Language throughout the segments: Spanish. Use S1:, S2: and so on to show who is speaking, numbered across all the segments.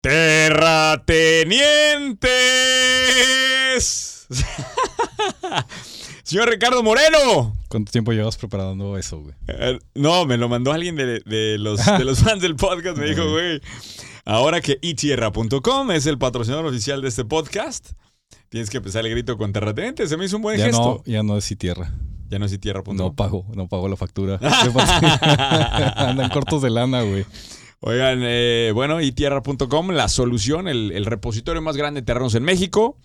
S1: Terratenientes. Señor Ricardo Moreno.
S2: ¿Cuánto tiempo llevas preparando eso, güey?
S1: Eh, no, me lo mandó alguien de, de los, de los fans del podcast. Me dijo, güey, ahora que itierra.com es el patrocinador oficial de este podcast, tienes que empezar el grito con terratenientes. Se me hizo un buen
S2: Ya
S1: gesto.
S2: no, ya no es tierra.
S1: Ya no es itierra.com.
S2: No pago, no pago la factura. ¿Qué pasa? Andan cortos de lana, güey.
S1: Oigan, eh, bueno, itierra.com, la solución, el, el repositorio más grande de terrenos en México.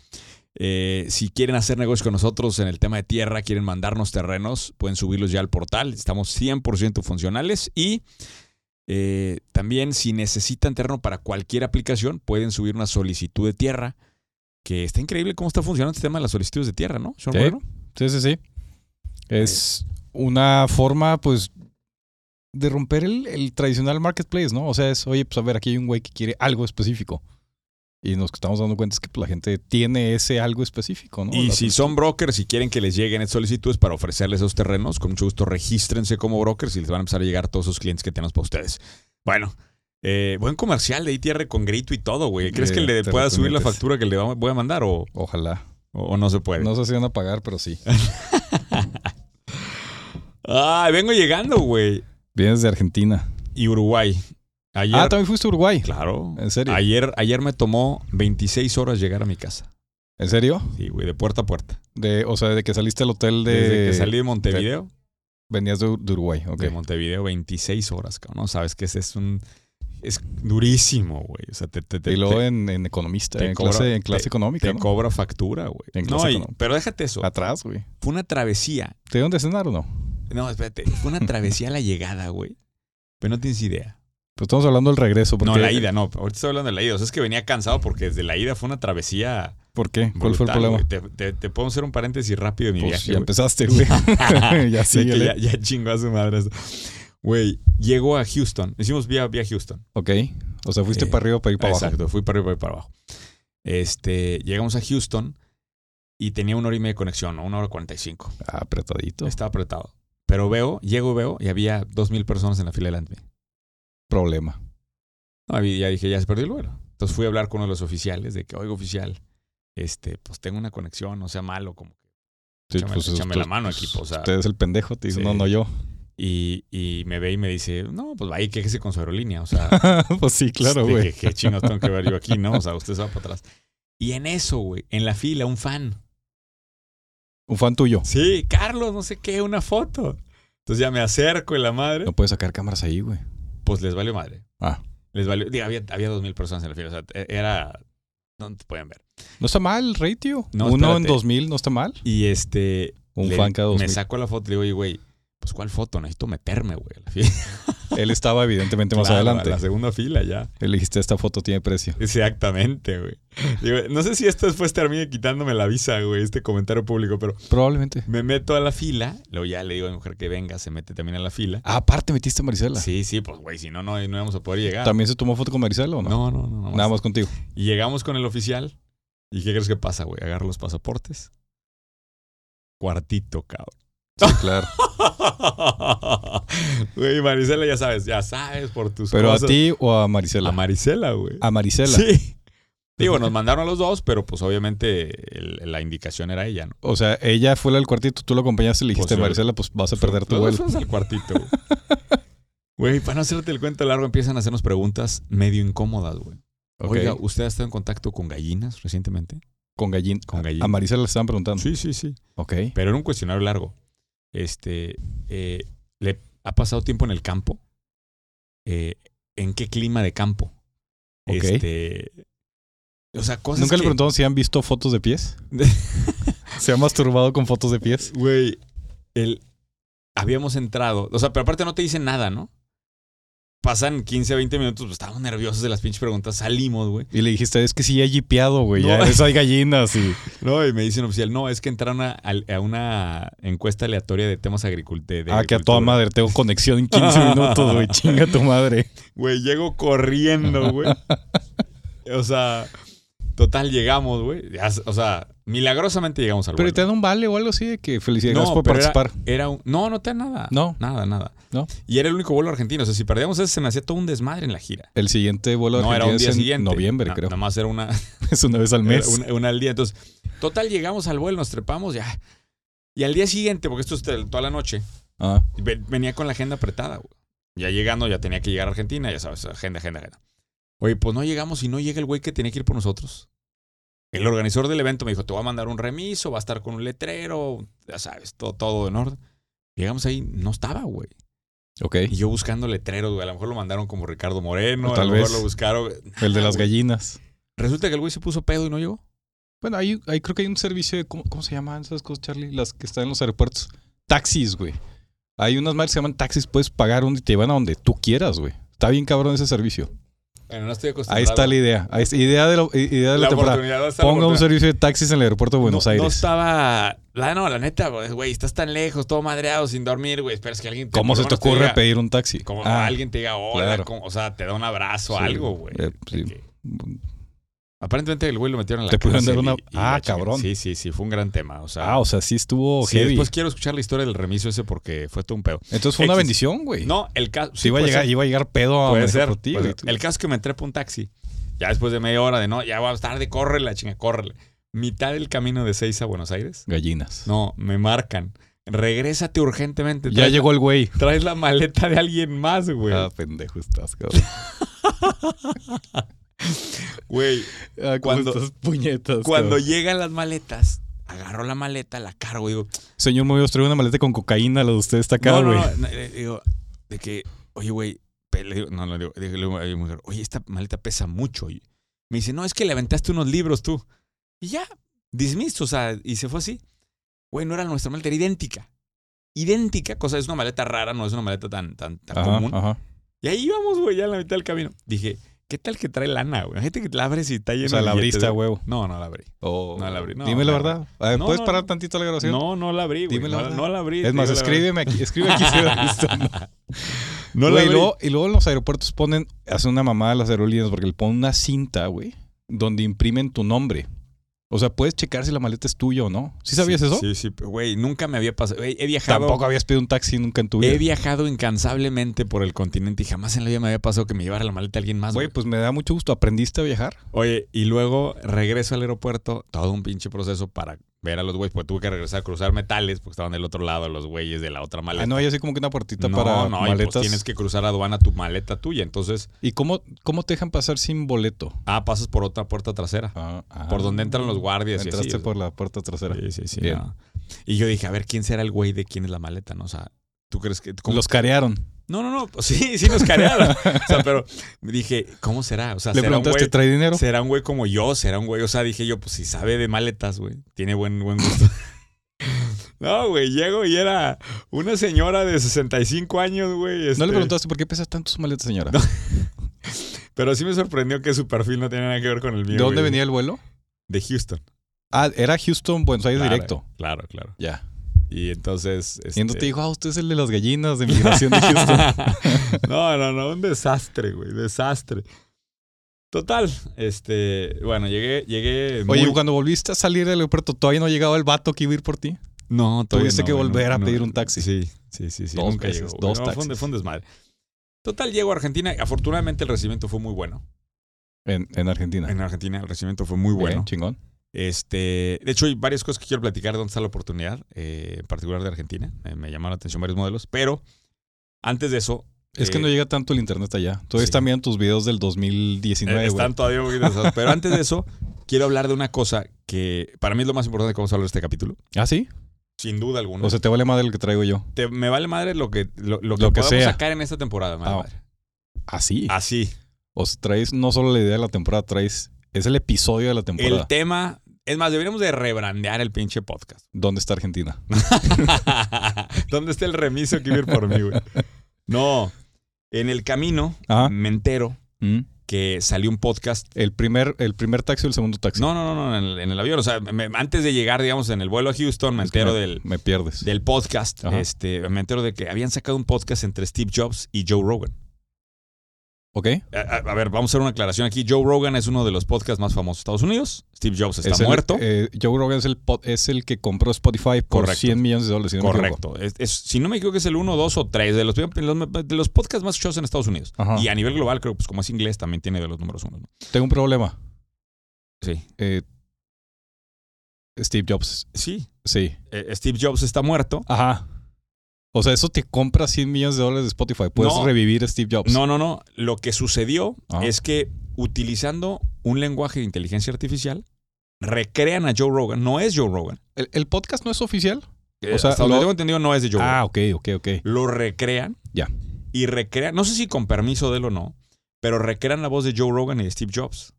S1: Eh, si quieren hacer negocios con nosotros en el tema de tierra, quieren mandarnos terrenos, pueden subirlos ya al portal. Estamos 100% funcionales y eh, también si necesitan terreno para cualquier aplicación, pueden subir una solicitud de tierra. Que está increíble cómo está funcionando este tema de las solicitudes de tierra, ¿no? Señor
S2: Sí.
S1: Moreno?
S2: Sí, sí, sí. Es una forma, pues, de romper el, el tradicional marketplace, ¿no? O sea, es, oye, pues a ver, aquí hay un güey que quiere algo específico. Y nos estamos dando cuenta es que pues, la gente tiene ese algo específico, ¿no?
S1: Y
S2: La-
S1: si son brokers y quieren que les lleguen estas solicitudes para ofrecerles esos terrenos, con mucho gusto regístrense como brokers y les van a empezar a llegar todos esos clientes que tenemos para ustedes. Bueno, eh, buen comercial de ITR con grito y todo, güey. ¿Crees
S2: Eh,
S1: que le
S2: te
S1: pueda
S2: lo
S1: subir la
S2: prometes.
S1: factura que le va- voy a mandar o,
S2: Ojalá.
S1: o- o no se puede?
S2: No sé si van a pagar, pero sí.
S1: Ay, vengo llegando, güey.
S2: Vienes de Argentina.
S1: Y Uruguay. Ayer,
S2: Ah, también fuiste a Uruguay.
S1: claro.
S2: ¿En serio?
S1: Ayer, ayer me tomó 26 horas llegar a mi casa.
S2: ¿En serio?
S1: Sí, güey, de puerta a puerta.
S2: De, o sea, de que saliste del hotel de.
S1: Desde que salí de Montevideo.
S2: Venías de, de Uruguay, ok.
S1: de Montevideo 26 horas, cabrón. No sabes que ese es un. Es durísimo, güey. O sea, te, te, te,
S2: y luego
S1: te-
S2: en, en economista,
S1: te
S2: en,
S1: cobra-
S2: clase, en clase
S1: te-
S2: económica,
S1: te
S2: ¿no?
S1: cobra factura, güey.
S2: En
S1: No,
S2: clase
S1: y-
S2: económica.
S1: pero déjate eso.
S2: Atrás, güey.
S1: Fue una travesía.
S2: ¿Te dieron de cenar o no?
S1: No, espérate. Fue una travesía a la llegada, güey. Pero no tienes idea.
S2: Pues estamos hablando del regreso. Porque,
S1: No, la ida, no. Ahorita estoy hablando de la ida. O sea, es que venía cansado porque desde la ida fue una travesía.
S2: ¿Por qué? ¿Cuál
S1: brutal,
S2: fue el problema?
S1: güey. Te, te- te puedo hacer un paréntesis rápido de mi
S2: Pues
S1: viaje.
S2: ya
S1: güey.
S2: empezaste, güey. ya
S1: Sé que
S2: síguele.
S1: ya, ya chingó a su madre. eso. Güey, llegó a Houston. Hicimos vía, vía Houston.
S2: Ok. O sea, fuiste
S1: Eh,
S2: para arriba para ir para abajo.
S1: Exacto, fui para arriba y para abajo. Este, llegamos a Houston y tenía una hora y media de conexión, o una hora cuarenta y cinco.
S2: Ah, apretadito.
S1: Estaba apretado. Pero veo, llego, veo, y había dos mil personas en la fila delante. de mí.
S2: Problema.
S1: No, y ya dije, ya se perdió el vuelo. Entonces fui a hablar con uno de los oficiales de que, oiga, oficial, este, pues tengo una conexión, no sea malo, como que.
S2: Sí, pues,
S1: Échame- échame la mano, equipo, o sea.
S2: usted es el pendejo, te dice,
S1: Sí.
S2: no, no yo.
S1: Y, y me ve y me dice, no, pues vaya y quéjese con su aerolínea. O sea,
S2: pues sí, claro,
S1: este,
S2: güey.
S1: ¿qué, qué chingados tengo que ver yo aquí, ¿no? O sea, usted se va para atrás. Y en eso, güey, en la fila, un fan.
S2: Un fan tuyo.
S1: Sí, Carlos, no sé qué, una foto. Entonces ya me acerco y la madre,
S2: No puedes sacar cámaras ahí, güey.
S1: pues les valió madre.
S2: Ah.
S1: Les valió, diga, había, había dos mil personas en la fila, o sea, e- era, no te pueden ver.
S2: No está mal el ratio.
S1: No,
S2: Uno en
S1: espérate.
S2: 2000 no está mal.
S1: Y este,
S2: Un
S1: le-
S2: fan cada
S1: me
S2: 2000.
S1: saco la foto y le digo, oye, güey, pues ¿cuál foto? Necesito meterme, güey. a la fila".
S2: Él estaba evidentemente más
S1: Claro,
S2: adelante.
S1: a La segunda fila ya.
S2: Él dijiste, esta foto tiene precio.
S1: Exactamente, güey. Digo, no sé si esto después termine quitándome la visa, güey, este comentario público, pero
S2: Probablemente.
S1: me meto a la fila, luego ya le digo a mi mujer que venga, se mete también a la fila.
S2: Ah, aparte metiste a Marisela.
S1: Sí, sí, pues güey, si no, no, no íbamos a poder llegar.
S2: ¿También se tomó foto con Marisela o no?
S1: No, no, no. no
S2: Nada más contigo.
S1: Y llegamos con el oficial. ¿Y qué crees que pasa, güey? Agarro los pasaportes. Cuartito, cabrón.
S2: Sí, claro.
S1: Güey, Marisela, ya sabes, ya sabes por tus
S2: ¿Pero a
S1: cosas.
S2: ti o a Marisela?
S1: A Marisela, güey.
S2: A Marisela.
S1: Sí. Digo, nos mandaron a los dos, pero pues obviamente el- la indicación era ella, ¿no?
S2: O sea, ella fue la del cuartito, tú la acompañaste y le
S1: Pues
S2: dijiste,
S1: yo-
S2: Marisela, pues vas a perder tu
S1: Los dos
S2: vuelo.
S1: fuimos al cuartito, güey. Güey, para no hacerte el cuento largo, empiezan a hacernos preguntas medio incómodas, güey.
S2: Ok.
S1: Oiga, ¿usted ha estado en contacto con gallinas recientemente?
S2: con gallina.
S1: Con
S2: A
S1: gallinas.
S2: Marisela le estaban preguntando.
S1: Sí, sí, sí.
S2: Ok.
S1: pero era un cuestionario largo. Este, eh, ¿le ha pasado tiempo en el campo? Eh, ¿En qué clima de campo?
S2: Ok.
S1: Este, o sea, cosas
S2: ¿Nunca le
S1: que-
S2: preguntaron si han visto fotos de pies? ¿Se ha masturbado con fotos de pies?
S1: Güey, el, habíamos entrado, o sea, pero aparte no te dicen nada, ¿no? Pasan 15, 20 minutos, pues estábamos nerviosos de las pinches preguntas, salimos, güey.
S2: Y le dijiste, es que sí, he jipeado, güey.
S1: No.
S2: ya, eso hay gallinas y...
S1: No, y me dicen oficial, no, es que entraron a, a una encuesta aleatoria de temas agricul- de- de agricultura.
S2: Ah, que a toda madre, tengo conexión en 15 minutos, güey. Chinga tu madre.
S1: Güey, llego corriendo, güey. O sea, Total, llegamos, güey. Ya, O sea, milagrosamente llegamos al
S2: Pero
S1: vuelo.
S2: te dan un vale o algo así de que felicidades
S1: No,
S2: por
S1: pero era-
S2: participar.
S1: Era un- No, no te da nada.
S2: No.
S1: Nada, nada.
S2: No.
S1: Y era el único vuelo argentino. O sea, si perdíamos ese, se me hacía todo un desmadre en la gira.
S2: El siguiente vuelo de
S1: No, era un
S2: Argentina
S1: día
S2: es en
S1: siguiente.
S2: noviembre,
S1: Na-
S2: creo.
S1: Nada más era una,
S2: Es una vez al
S1: era
S2: mes.
S1: una, una al día. Entonces, total, llegamos al vuelo, nos trepamos ya. Y al día siguiente, porque esto es te- toda la noche,
S2: Ah,
S1: ve- venía con la agenda apretada, güey. Ya llegando, ya tenía que llegar a Argentina, ya sabes, agenda, agenda, agenda. Oye, pues no llegamos y no llega el güey que tenía que ir por nosotros. El organizador del evento me dijo, te voy a mandar un remiso, va a estar con un letrero, ya sabes, todo, todo en orden. Llegamos ahí, no estaba, güey.
S2: ok.
S1: Y yo buscando letreros, güey. A lo mejor lo mandaron como Ricardo Moreno,
S2: O tal
S1: a lo mejor
S2: vez.
S1: lo buscaron.
S2: El de las
S1: Ah, güey.
S2: gallinas.
S1: Resulta que el güey se puso pedo y no llegó.
S2: Bueno, ahí, ahí creo que hay un servicio de. ¿cómo, cómo se llaman esas cosas, Charlie? Las que están en los aeropuertos. Taxis, güey. Hay unas madres que se llaman taxis, puedes pagar donde te van a donde tú quieras, güey. Está bien cabrón ese servicio.
S1: Bueno, no estoy acostumbrado.
S2: Ahí está la idea. Ahí está- idea de la, idea de la
S1: la
S2: temporada.
S1: oportunidad. ¿dónde está la
S2: Ponga un
S1: oportunidad?
S2: servicio de taxis en el aeropuerto de Buenos
S1: no, No
S2: Aires.
S1: estaba. La, no, la neta, pues, güey, estás tan lejos, todo madreado, sin dormir, güey. Esperas que alguien te
S2: ¿Cómo
S1: por
S2: se
S1: lo
S2: te
S1: menos
S2: ocurre
S1: diga-
S2: pedir un taxi?
S1: Como
S2: Ah,
S1: alguien te diga, hola,
S2: claro.
S1: como- o sea, te da un abrazo,
S2: Sí,
S1: algo, güey.
S2: eh, sí.
S1: De que- Aparentemente el güey lo metieron a la
S2: Te pudieron
S1: cárcel
S2: dar una-
S1: y- y
S2: Ah,
S1: la chingada.
S2: cabrón.
S1: Sí, sí, sí, fue un gran tema. O sea,
S2: Ah, o sea, sí estuvo
S1: sí, pues,
S2: heavy.
S1: después quiero escuchar la historia del remiso ese porque fue todo un pedo.
S2: Entonces fue una
S1: Ex-
S2: bendición, güey.
S1: No, el caso.
S2: Sí, iba, a llegar, iba a llegar pedo a
S1: Puede
S2: manejar
S1: ser.
S2: por ti,
S1: puede
S2: güey.
S1: ser. El caso es que me entré por un taxi. Ya después de media hora de no, ya va a tarde, córrele, chinga, córrele. Mitad del camino de Seis a Buenos Aires.
S2: Gallinas.
S1: No, me marcan. Regrésate urgentemente.
S2: ya
S1: traes-
S2: llegó el güey.
S1: Traes la maleta de alguien más, güey.
S2: Ah, pendejo estás, cabrón.
S1: Güey,
S2: Ah, ¿cómo
S1: Cuando-
S2: estás, puñetas.
S1: cuando
S2: cabrón?
S1: llegan las maletas, agarro la maleta, la cargo, digo,
S2: Señor, me voy a traer una maleta con cocaína, la de usted está acá,
S1: no,
S2: güey.
S1: no, no, le- le digo, de que, oye, güey, pe- le digo, no, no, le digo, le digo a mi mujer, oye, esta maleta pesa mucho. Y me dice, no, es que le aventaste unos libros tú. Y ya, dismisto, o sea, y se fue así. Güey, no era nuestra maleta, era idéntica. Idéntica, cosa, es una maleta rara, no es una maleta tan, tan, tan
S2: Ajá,
S1: común.
S2: ajá.
S1: Y ahí íbamos, güey, ya en la mitad del camino. Dije, ¿qué tal que trae lana, güey? Gente que la abres y está llena
S2: O sea,
S1: de
S2: la
S1: billetes,
S2: abriste a
S1: güey.
S2: huevo.
S1: No, no la abrí.
S2: O-
S1: No la abrí, no,
S2: Dime la
S1: no.
S2: verdad. A ver,
S1: No,
S2: ¿Puedes
S1: no,
S2: parar
S1: no.
S2: tantito la grabación?
S1: No, no la abrí, güey.
S2: Dime la
S1: No, la-
S2: verdad.
S1: no la abrí.
S2: Es
S1: te
S2: más,
S1: digo la verdad.
S2: escríbeme aquí. Escribe aquí si la viste o no.
S1: No la
S2: Güey, y,
S1: abrí.
S2: luego, y luego en los aeropuertos ponen, hacen una mamada a las aerolíneas porque le ponen una cinta, güey, donde imprimen tu nombre. O sea, puedes checar si la maleta es tuya o no. ¿Sí sabías
S1: Sí,
S2: eso?
S1: Sí, sí, pero, güey, nunca me había pasado. Güey, he viajado.
S2: Tampoco habías pedido un taxi nunca en tu
S1: He
S2: vida.
S1: viajado incansablemente por el continente y jamás en la vida me había pasado que me llevara la maleta alguien más.
S2: Güey,
S1: Güey.
S2: pues me da mucho gusto. ¿Aprendiste a viajar?
S1: Oye, y luego regreso al aeropuerto, todo un pinche proceso para ver a los güeyes, porque tuve que regresar a cruzar metales porque estaban del otro lado los güeyes de la otra
S2: Ah,
S1: maleta.
S2: no, hay así como que una puertita
S1: no,
S2: para
S1: no, y
S2: maletas.
S1: pues tienes que cruzar aduana tu maleta tuya. Entonces,
S2: ¿Y cómo, cómo te dejan pasar sin boleto?
S1: ah, pasas por otra puerta trasera,
S2: Ah, ah.
S1: por donde entran los guardias
S2: Entraste
S1: y así.
S2: por la puerta trasera.
S1: Sí, sí, sí.
S2: Bien.
S1: no. Y yo dije, a ver, ¿quién será el güey de quién es la maleta? No, o sea, ¿tú crees que cómo-
S2: Los carearon.
S1: No, no, no. pues Sí, sí nos carearon. o sea, pero dije, ¿cómo será? O sea,
S2: Le
S1: será un,
S2: preguntaste,
S1: güey,
S2: ¿trae dinero?
S1: será un güey como yo, será un güey. O sea, dije yo, pues si sabe de maletas, güey. Tiene buen, buen gusto. no, güey, llego y era una señora de 65 años, güey.
S2: No
S1: este,
S2: le preguntaste por qué pesas tanto su maleta, señora.
S1: Pero sí me sorprendió que su perfil no tenía nada que ver con el mío.
S2: ¿De dónde
S1: güey.
S2: venía el vuelo?
S1: De Houston.
S2: Ah, era Houston, Buenos Aires
S1: Claro,
S2: directo.
S1: Claro, claro.
S2: Ya.
S1: Y entonces.
S2: Y entonces te
S1: este,
S2: dijo, ah, usted es el de las gallinas de migración de Houston.
S1: no, no, no, un desastre, güey, desastre. Total, este, bueno, llegué, llegué. muy-
S2: Oye, y cuando volviste a salir del aeropuerto, todavía no llegaba el vato que iba a ir por ti.
S1: no, todavía
S2: tuviste
S1: no,
S2: que
S1: güey,
S2: volver
S1: no,
S2: a
S1: no.
S2: pedir un taxi.
S1: Sí, sí, sí, sí.
S2: Dos
S1: nunca
S2: veces,
S1: llegó, güey.
S2: dos
S1: No, fue, un,
S2: taxis.
S1: fue un desmadre. Total, llego a Argentina. Afortunadamente el recibimiento fue muy bueno.
S2: En, en Argentina.
S1: En Argentina el recibimiento fue muy
S2: Bien,
S1: bueno.
S2: chingón.
S1: Este, de hecho, hay varias cosas que quiero platicar de dónde está la oportunidad, eh, en particular de Argentina. Eh, me llamaron la atención varios modelos, pero antes de eso.
S2: Es que
S1: eh,
S2: no llega tanto el internet allá. Todavía
S1: sí.
S2: están viendo tus videos del
S1: Eh,
S2: 2019, güey.
S1: están todavía un poquito desastres. Pero antes de eso, quiero hablar de una cosa que para mí es lo más importante que vamos a hablar de este capítulo.
S2: ¿Ah, sí?
S1: Sin duda alguna.
S2: O sea, te vale madre el que traigo yo.
S1: Te- me vale madre lo que, lo, lo que
S2: Lo que
S1: podamos
S2: sea.
S1: sacar en esta temporada, me vale
S2: Ah.
S1: madre.
S2: ¿Ah, sí?
S1: Así.
S2: O sea, traes no solo la idea de la temporada, traes... Es el episodio de la
S1: El
S2: temporada.
S1: tema. Es más, deberíamos de rebrandear el pinche podcast.
S2: ¿Dónde está Argentina?
S1: ¿Dónde está el remiso que iba a ir por mí, güey? No. En el camino
S2: Ah,
S1: me entero
S2: mm.
S1: que salió un podcast
S2: el, primer, el primer taxi o el segundo taxi.
S1: No, no, no, no, en el, en el avión. O sea, me- antes de llegar, digamos, en el vuelo a Houston, me
S2: Es que
S1: entero
S2: me-
S1: del,
S2: Me pierdes.
S1: del podcast.
S2: Ajá.
S1: Este, me entero de que habían sacado un podcast entre Steve Jobs y Joe Rogan.
S2: ¿Ok?
S1: A, a- a ver, vamos a hacer una aclaración aquí. Joe Rogan es uno de los podcasts más famosos de Estados Unidos. Steve Jobs está
S2: Es el-
S1: muerto.
S2: eh, Joe Rogan es el, pod- es el que compró Spotify por
S1: Correcto.
S2: 100 millones de dólares. si no me equivoco.
S1: Correcto. Es- es- si no me equivoco, es el 1, 2 o 3 de los, de los- de los podcasts más escuchados en Estados Unidos.
S2: Ajá.
S1: Y a nivel global, creo que pues, como es inglés, también tiene de los números uno. ¿no?
S2: Tengo un problema.
S1: Sí.
S2: Eh, Steve Jobs,
S1: Sí.
S2: sí.
S1: Eh, Steve Jobs está muerto.
S2: Ajá. O sea, eso te compra 100 millones de dólares de Spotify. Puedes
S1: No.
S2: revivir a Steve Jobs.
S1: No, no, no. Lo que sucedió
S2: Ah.
S1: es que utilizando un lenguaje de inteligencia artificial, recrean a Joe Rogan. No es Joe Rogan.
S2: ¿El, el podcast no es oficial?
S1: Eh,
S2: O sea,
S1: hasta donde
S2: lo-
S1: tengo entendido, no es de Joe Rogan.
S2: Ah, ok, ok, ok.
S1: lo recrean.
S2: Ya.
S1: Y recrean, no sé si con permiso de él o no, pero recrean la voz de Joe Rogan y de Steve Jobs.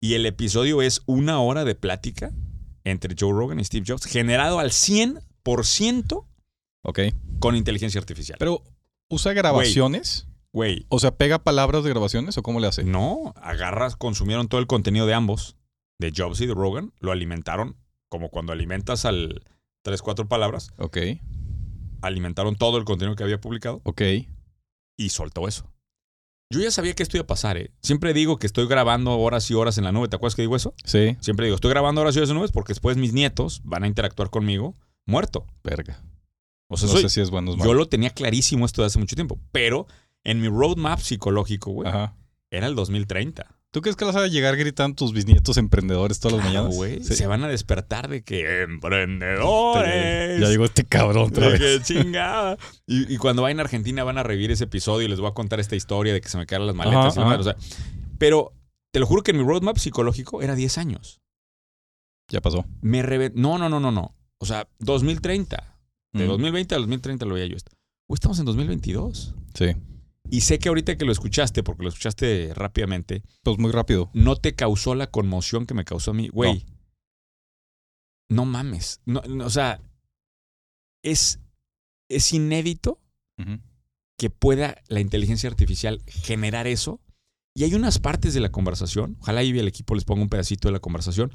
S1: Y el episodio es una hora de plática entre Joe Rogan y Steve Jobs, generado al 100%
S2: Ok.
S1: con inteligencia artificial.
S2: Pero, ¿usa grabaciones?
S1: Güey,
S2: O sea, ¿pega palabras de grabaciones o cómo le hace?
S1: no, agarras, consumieron todo el contenido de ambos, de Jobs y de Rogan, lo alimentaron, como cuando alimentas al tres, cuatro palabras,
S2: Ok,
S1: alimentaron todo el contenido que había publicado.
S2: ok.
S1: y soltó eso. Yo ya sabía que esto iba a pasar, ¿eh? Siempre digo que estoy grabando horas y horas en la nube. ¿Te acuerdas que digo eso?
S2: Sí.
S1: Siempre digo, estoy grabando horas y horas en nubes porque después mis nietos van a interactuar conmigo muerto.
S2: Verga.
S1: O sea,
S2: No
S1: soy-
S2: sé si es bueno o es
S1: yo
S2: malo.
S1: lo tenía clarísimo esto de hace mucho tiempo. Pero en mi roadmap psicológico, güey,
S2: Ajá.
S1: era el 2030.
S2: ¿Tú crees que las vas a llegar gritando tus bisnietos emprendedores todas las
S1: Claro,
S2: mañanas?
S1: Ah, güey.
S2: Sí.
S1: Se van a despertar de que
S2: Ya
S1: emprendedores.
S2: llegó este cabrón otra
S1: De
S2: vez.
S1: que chingada. Y, y cuando vayan a Argentina van a revivir ese episodio y les voy a contar esta historia de que se me quedaron las maletas.
S2: Ajá,
S1: y la madre, o sea, pero te lo juro que mi roadmap psicológico era 10 años.
S2: Ya pasó.
S1: Me reve- No, no, no, no, no. O sea, 2030. De
S2: Mm.
S1: 2020 a 2030 lo veía yo esto. Hoy estamos en 2022.
S2: Sí.
S1: Y sé que ahorita que lo escuchaste, porque lo escuchaste rápidamente,
S2: Pues muy rápido.
S1: no te causó la conmoción que me causó a mí. Güey, no, mames. No, no, o sea, es, es inédito que pueda la inteligencia artificial generar eso. Y hay unas partes de la conversación, ojalá y el equipo les ponga un pedacito de la conversación.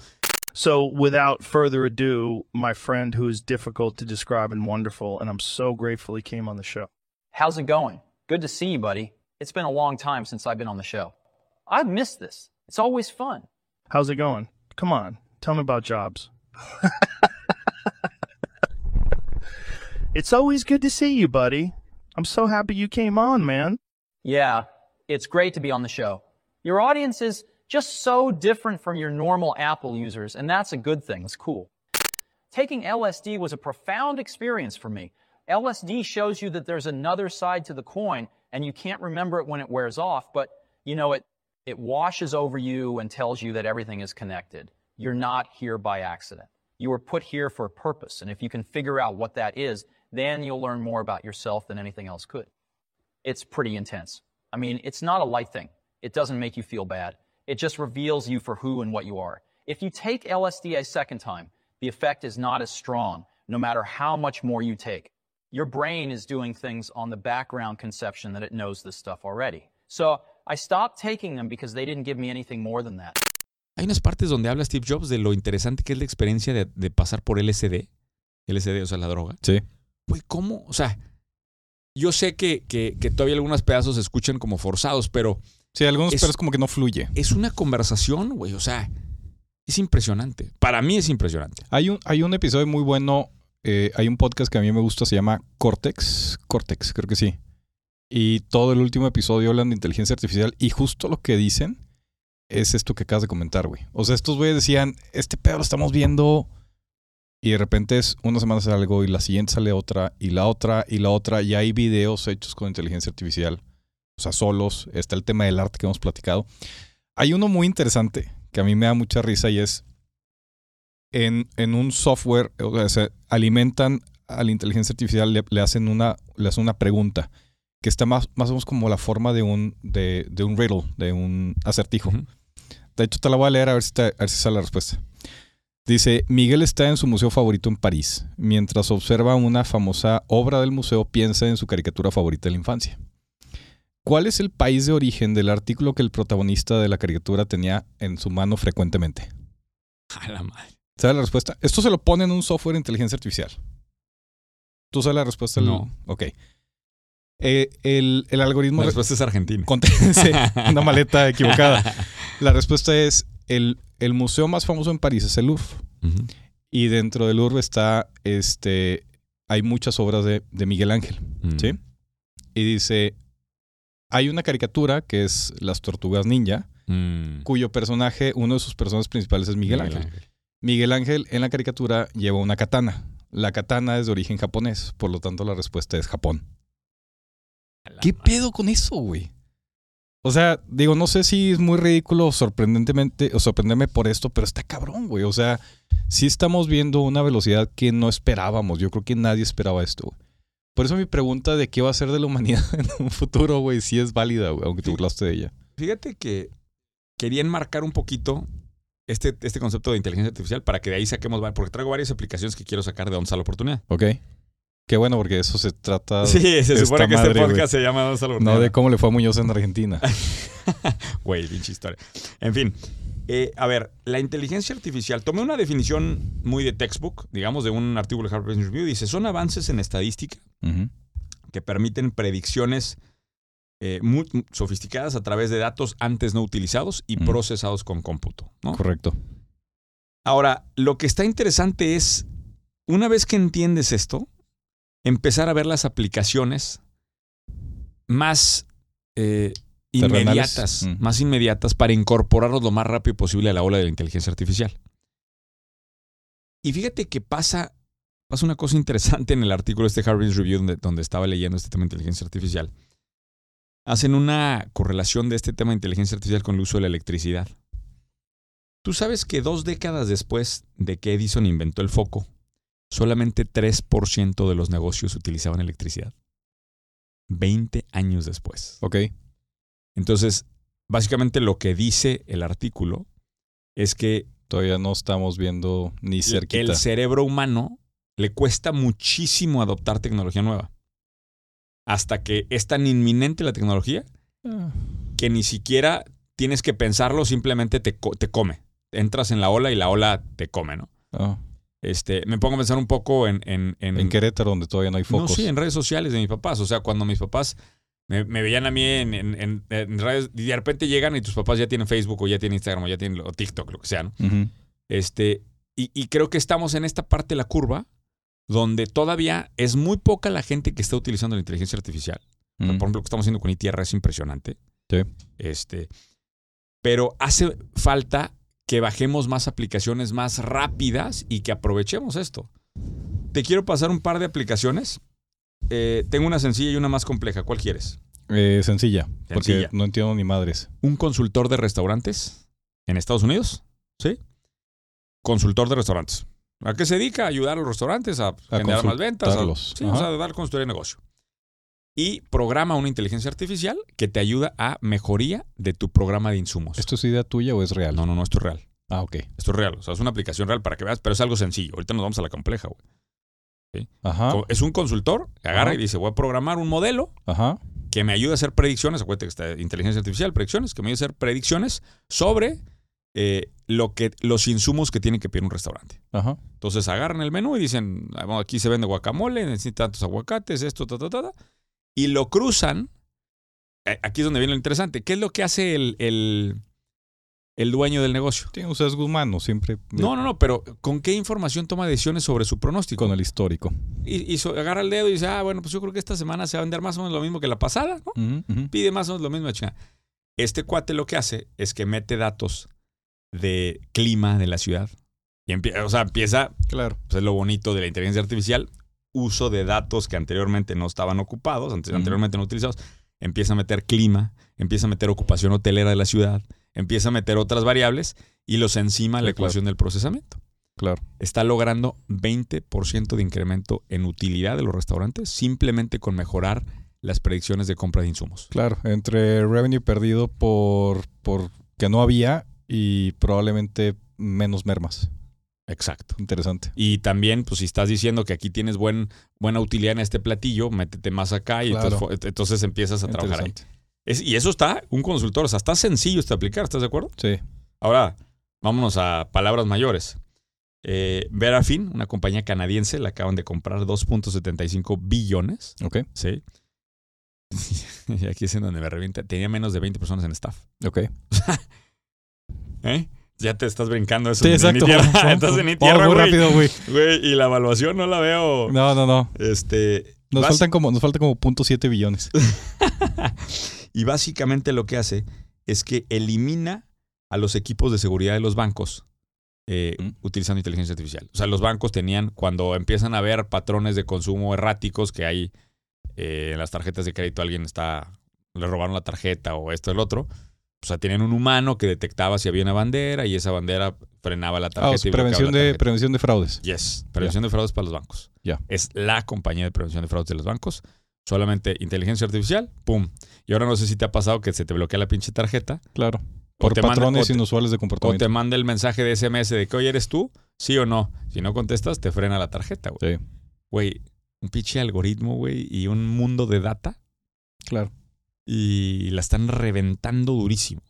S3: So, without further ado, my friend who is difficult to describe and wonderful, and I'm so grateful he came on the show.
S4: How's it going? Good to see you, buddy. It's been a long time since I've been on the show. I've missed this. It's always fun.
S3: How's it going? Come on, tell me about jobs. it's always good to see you, buddy. I'm so happy you came on, man.
S4: Yeah, it's great to be on the show. Your audience is just so different from your normal Apple users, and that's a good thing. It's cool. Taking LSD was a profound experience for me. LSD shows you that there's another side to the coin, and you can't remember it when it wears off, but you know, it, it washes over you and tells you that everything is connected. You're not here by accident. You were put here for a purpose, and if you can figure out what that is, then you'll learn more about yourself than anything else could it's pretty intense. I mean, it's not a light thing. It doesn't make you feel bad. It just reveals you for who and what you are. If you take LSD a second time, the effect is not as strong, no matter how much more you take. Your brain is doing things on the background conception that it knows this stuff already. So I stopped taking them because they didn't give me anything more than that.
S1: Hay unas partes donde habla Steve Jobs de lo interesante que es la experiencia de, de pasar por LSD. LSD, o sea, la droga.
S2: Sí.
S1: Güey, ¿cómo? O sea, yo sé que, que, que todavía algunos pedazos se escuchan como forzados, pero
S2: Sí, algunos
S1: Es-
S2: pero es como que no fluye.
S1: es una conversación, güey. O sea, es impresionante. Para mí es impresionante.
S2: Hay un, hay un episodio muy bueno. eh, hay un podcast que a mí me gusta, se llama Cortex. Cortex, creo que sí. Y todo el último episodio hablan de inteligencia artificial. Y justo lo que dicen es esto que acabas de comentar, güey. O sea, estos güeyes decían, este pedo lo estamos viendo. Y de repente es una semana sale algo y la siguiente sale otra y la otra y la otra. Y hay videos hechos con inteligencia artificial. O sea, solos. Está el tema del arte que hemos platicado. Hay uno muy interesante que a mí me da mucha risa y es en, en un software, o sea, se alimentan a la inteligencia artificial, le, le hacen, una, le hacen una pregunta que está más, más o menos como la forma de un, de, de un riddle, de un acertijo.
S1: Ujú.
S2: De hecho, te la voy a leer a ver, si te- a ver si sale la respuesta. Dice, Miguel está en su museo favorito en París. Mientras observa una famosa obra del museo, piensa en su caricatura favorita de la infancia. ¿Cuál es el país de origen del artículo que el protagonista de la caricatura tenía en su mano frecuentemente?
S1: A la madre.
S2: ¿Sabes la respuesta? Esto se lo pone en un software de inteligencia artificial. ¿Tú sabes la respuesta? al-
S1: No.
S2: Ok. Eh, el, el algoritmo...
S1: La respuesta es Argentina.
S2: Conté- sí, una maleta equivocada. La respuesta es, el, el museo más famoso en París es el Louvre.
S1: Ujú.
S2: Y dentro del Louvre está, este, hay muchas obras de, de Miguel Ángel.
S1: Mm.
S2: ¿sí? Y dice, hay una caricatura que es Las Tortugas Ninja,
S1: Mm.
S2: cuyo personaje, uno de sus personajes principales es Miguel, Ángel. Miguel Ángel en la caricatura lleva una katana. La katana es de origen japonés, por lo tanto la respuesta es Japón. ¿Qué
S1: Ah,
S2: pedo con eso, güey? O sea, digo, no sé si es muy ridículo o sorprendentemente o sorprenderme por esto, pero está cabrón, güey. O sea, sí estamos viendo una velocidad que no esperábamos. Yo creo que nadie esperaba esto, güey. Por eso mi pregunta de qué va a ser de la humanidad en un futuro, güey, sí es válida, güey, aunque te
S1: Sí.
S2: burlaste de ella.
S1: Fíjate que quería enmarcar un poquito este, este concepto de inteligencia artificial para que de ahí saquemos, va- porque traigo varias aplicaciones que quiero sacar de Onza la Oportunidad.
S2: ¿Ok? Qué bueno, porque eso se trata
S1: Sí, se
S2: esta
S1: supone que
S2: madre,
S1: este
S2: güey.
S1: podcast se llama Onza la Oportunidad.
S2: no de cómo le fue a Muñoz en Argentina.
S1: Güey, pinche historia. En fin, eh, a ver, la inteligencia artificial, tomé una definición muy de textbook, digamos, de un artículo de Harvard Business Review, dice, son avances en estadística
S2: Ujú.
S1: que permiten predicciones eh, muy sofisticadas a través de datos antes no utilizados y
S2: Mm.
S1: procesados con cómputo. ¿no?
S2: Correcto.
S1: Ahora, lo que está interesante es, una vez que entiendes esto, empezar a ver las aplicaciones más eh,
S2: Terrenales.
S1: inmediatas,
S2: Mm.
S1: más inmediatas para incorporarnos lo más rápido posible a la ola de la inteligencia artificial. Y fíjate que pasa, pasa una cosa interesante en el artículo este Harvard Business Review donde, donde estaba leyendo este tema de inteligencia artificial. Hacen una correlación de este tema de inteligencia artificial con el uso de la electricidad. Tú sabes que dos décadas después de que Edison inventó el foco, solamente 3% de los negocios utilizaban electricidad. 20 años después.
S2: Ok.
S1: Entonces, básicamente lo que dice el artículo es que
S2: Todavía no estamos viendo ni cerquita.
S1: el cerebro humano le cuesta muchísimo adoptar tecnología nueva. Hasta que es tan inminente la tecnología
S2: Ah,
S1: que ni siquiera tienes que pensarlo, simplemente te, co- te come. Entras en la ola y la ola te come, ¿no?
S2: ah.
S1: Este, me pongo a pensar un poco en... en, en-
S2: En Querétaro, donde todavía no hay
S1: Mm. no,
S2: focos.
S1: sí, en redes sociales de mis papás. O sea, cuando mis papás me, me veían a mí en, en- en- en redes, y de repente llegan y tus papás ya tienen Facebook o ya tienen Instagram o ya tienen o TikTok, lo que sea, ¿no?
S2: Ujú.
S1: Este, y, y creo que estamos en esta parte de la curva donde todavía es muy poca la gente que está utilizando la inteligencia artificial. O sea,
S2: Mm.
S1: Por ejemplo, lo que estamos haciendo con ITR es impresionante.
S2: Sí.
S1: Este, pero hace falta que bajemos más aplicaciones más rápidas y que aprovechemos esto. Te quiero pasar un par de aplicaciones. Eh, tengo una sencilla y una más compleja. ¿Cuál quieres?
S2: Eh, sencilla, porque
S1: Sencilla.
S2: no entiendo ni madres.
S1: Un consultor de restaurantes en Estados Unidos. ¿Sí? Consultor de restaurantes. ¿A qué se dedica? Ayudar a los restaurantes a, generar más ventas. a-
S2: consultarlos.
S1: sí,
S2: Ajá.
S1: o sea, dar consultoría de negocio. Y programa una inteligencia artificial que te ayuda a mejoría de tu programa de insumos.
S2: ¿Esto es idea tuya o es real?
S1: No, no, no, esto es real.
S2: Ah, ok.
S1: Esto es real. O sea, es una aplicación real para que veas, pero es algo sencillo. Ahorita nos vamos a la compleja, güey.
S2: Ajá,
S1: Co- Es un consultor que agarra
S2: Ajá.
S1: y dice, voy a programar un modelo
S2: ajá.
S1: que me ayude a hacer predicciones, acuérdate que está inteligencia artificial, predicciones, que me ayude a hacer predicciones sobre eh, lo que, los insumos que tiene que pedir un restaurante.
S2: Ajá.
S1: Entonces agarran el menú y dicen, "Ah, bueno, aquí se vende guacamole, necesitan tantos aguacates, esto, ta, ta, ta, ta", Y lo cruzan. Eh, Aquí es donde viene lo interesante. ¿Qué es lo que hace el, el, el dueño del negocio?
S2: Tiene un sesgo humano siempre
S1: No, no, no, pero ¿con qué información toma decisiones sobre su pronóstico?
S2: eh, con el histórico.
S1: Y, y so- agarra el dedo y dice, ah, bueno, pues yo creo que esta semana se va a vender más o menos lo mismo que la pasada, ¿no?
S2: Ujú, ujú.
S1: Pide más o menos lo mismo, chinga. Este cuate lo que hace es que mete datos de clima de la ciudad. Y empie- o sea, empieza
S2: Claro.
S1: pues es lo bonito de la inteligencia artificial, uso de datos que anteriormente no estaban ocupados, ante-
S2: Ujú.
S1: anteriormente no utilizados, empieza a meter clima, empieza a meter ocupación hotelera de la ciudad, empieza a meter otras variables y los encima a la
S2: Sí, claro.
S1: ecuación del procesamiento.
S2: Claro.
S1: Está logrando 20% de incremento en utilidad de los restaurantes simplemente con mejorar las predicciones de compra de insumos.
S2: Claro, entre revenue perdido por, por que no había y probablemente menos mermas.
S1: Exacto.
S2: Interesante.
S1: Y también, pues si estás diciendo que aquí tienes buen, buena utilidad en este platillo, métete más acá y
S2: Claro.
S1: entonces, fu- entonces empiezas a trabajar ahí.
S2: Interesante.
S1: Es- y eso está un consultor, o sea, está sencillo este aplicar, ¿estás de acuerdo?
S2: Sí.
S1: Ahora, vámonos a palabras mayores. Eh, Verafin, una compañía canadiense, la acaban de comprar 2.75 billones,
S2: Ok.
S1: ¿sí? y aquí es en donde me revienta. Tenía menos de 20 personas en staff.
S2: Ok.
S1: ¿Eh? Ya te estás brincando eso.
S2: Sí,
S1: de ni
S2: exacto.
S1: tierra.
S2: Vamos-
S1: Estás en mi
S2: vamos
S1: tierra,
S2: muy
S1: güey.
S2: rápido, güey.
S1: Güey, y la evaluación no la veo.
S2: No, no, no.
S1: Este.
S2: Nos
S1: bas-
S2: faltan como, nos faltan como 0.7 billones.
S1: Y básicamente lo que hace es que elimina a los equipos de seguridad de los bancos eh,
S2: Mm.
S1: utilizando inteligencia artificial. O sea, los bancos tenían, cuando empiezan a ver patrones de consumo erráticos que hay eh, en las tarjetas de crédito, alguien está, le robaron la tarjeta o esto, el otro. O sea, tenían un humano que detectaba si había una bandera y esa bandera frenaba la tarjeta.
S2: Ah, o
S1: y
S2: sea,
S1: bloqueaba
S2: prevención,
S1: la
S2: de,
S1: tarjeta.
S2: prevención de fraudes.
S1: Yes, prevención de fraudes para los bancos.
S2: Ya.
S1: Es la compañía de prevención de fraudes de los bancos. Solamente inteligencia artificial, pum. Y ahora no sé si te ha pasado que se te bloquea la pinche tarjeta
S2: Claro.
S1: O
S2: Por
S1: te mandan-
S2: patrones
S1: o te-
S2: inusuales de
S1: o te
S2: comportamiento.
S1: manda el mensaje de SMS de que, oye, ¿eres tú? Sí o no. Si no contestas, te frena la tarjeta, güey.
S2: Sí,
S1: Güey, un pinche algoritmo, güey, y un mundo de data
S2: claro.
S1: y la están reventando durísimo.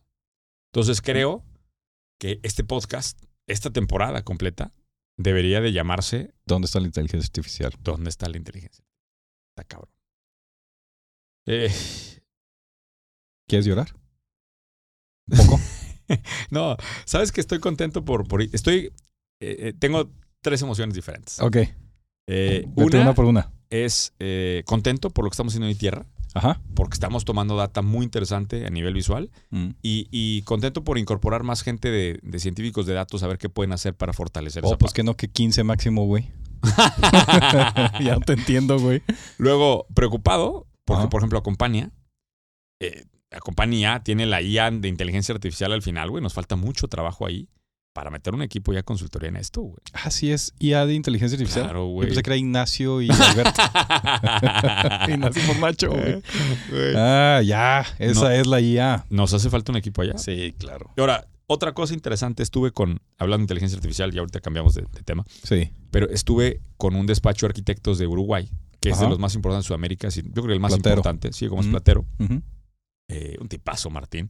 S1: Entonces creo que este podcast, esta temporada completa, debería de llamarse
S2: ¿Dónde está la inteligencia artificial?
S1: ¿Dónde está la inteligencia? Está cabrón. Eh,
S2: ¿Quieres llorar? Un poco.
S1: no, sabes que estoy contento por. por estoy. eh, eh, tengo tres emociones diferentes.
S2: ok.
S1: Eh,
S2: Vete
S1: una,
S2: una por una.
S1: es eh, contento por lo que estamos haciendo en mi tierra,
S2: Ajá.
S1: porque estamos tomando data muy interesante a nivel visual
S2: Mm, Oh,
S1: y, y contento por incorporar más gente de, de científicos de datos a ver qué pueden hacer para fortalecer
S2: Oh,
S1: esa
S2: pues
S1: parte.
S2: que no, que 15 máximo, güey. ya te entiendo, güey.
S1: Luego, preocupado, porque,
S2: Ajá.
S1: por ejemplo, acompaña. Eh, acompaña tiene la IA de inteligencia artificial al final, güey. Nos falta mucho trabajo ahí para meter un equipo ya consultoría en esto, güey.
S2: Así es, IA de inteligencia artificial.
S1: Claro,
S2: Yo
S1: güey.
S2: pensé que era Ignacio y Alberto. Eh. Ignacio Formacho, güey. Ah, ya. Esa
S1: No.
S2: es la IA.
S1: Nos hace falta un equipo allá.
S2: Sí, claro.
S1: Y ahora, otra cosa interesante, estuve con, hablando de inteligencia artificial, y ahorita cambiamos de, de tema,
S2: Sí.
S1: pero estuve con un despacho de arquitectos de Uruguay, que es de
S2: Ajá.
S1: los más importantes de Sudamérica, sí, yo creo que el más
S2: Platero.
S1: importante, sí, como es
S2: Ujú.
S1: Platero.
S2: Ujú.
S1: eh, un tipazo, Martín.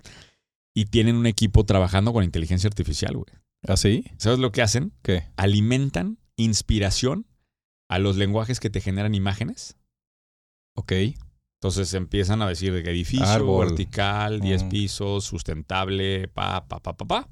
S1: Y tienen un equipo trabajando con inteligencia artificial, güey.
S2: ¿Así?
S1: ¿Sabes lo que hacen?
S2: ¿Qué?
S1: Alimentan inspiración a los lenguajes que te generan imágenes.
S2: Ok.
S1: Entonces empiezan a decir de que edificio,
S2: Árbol.
S1: vertical, 10
S2: Mm.
S1: pisos, sustentable, pa, pa, pa, pa, pa.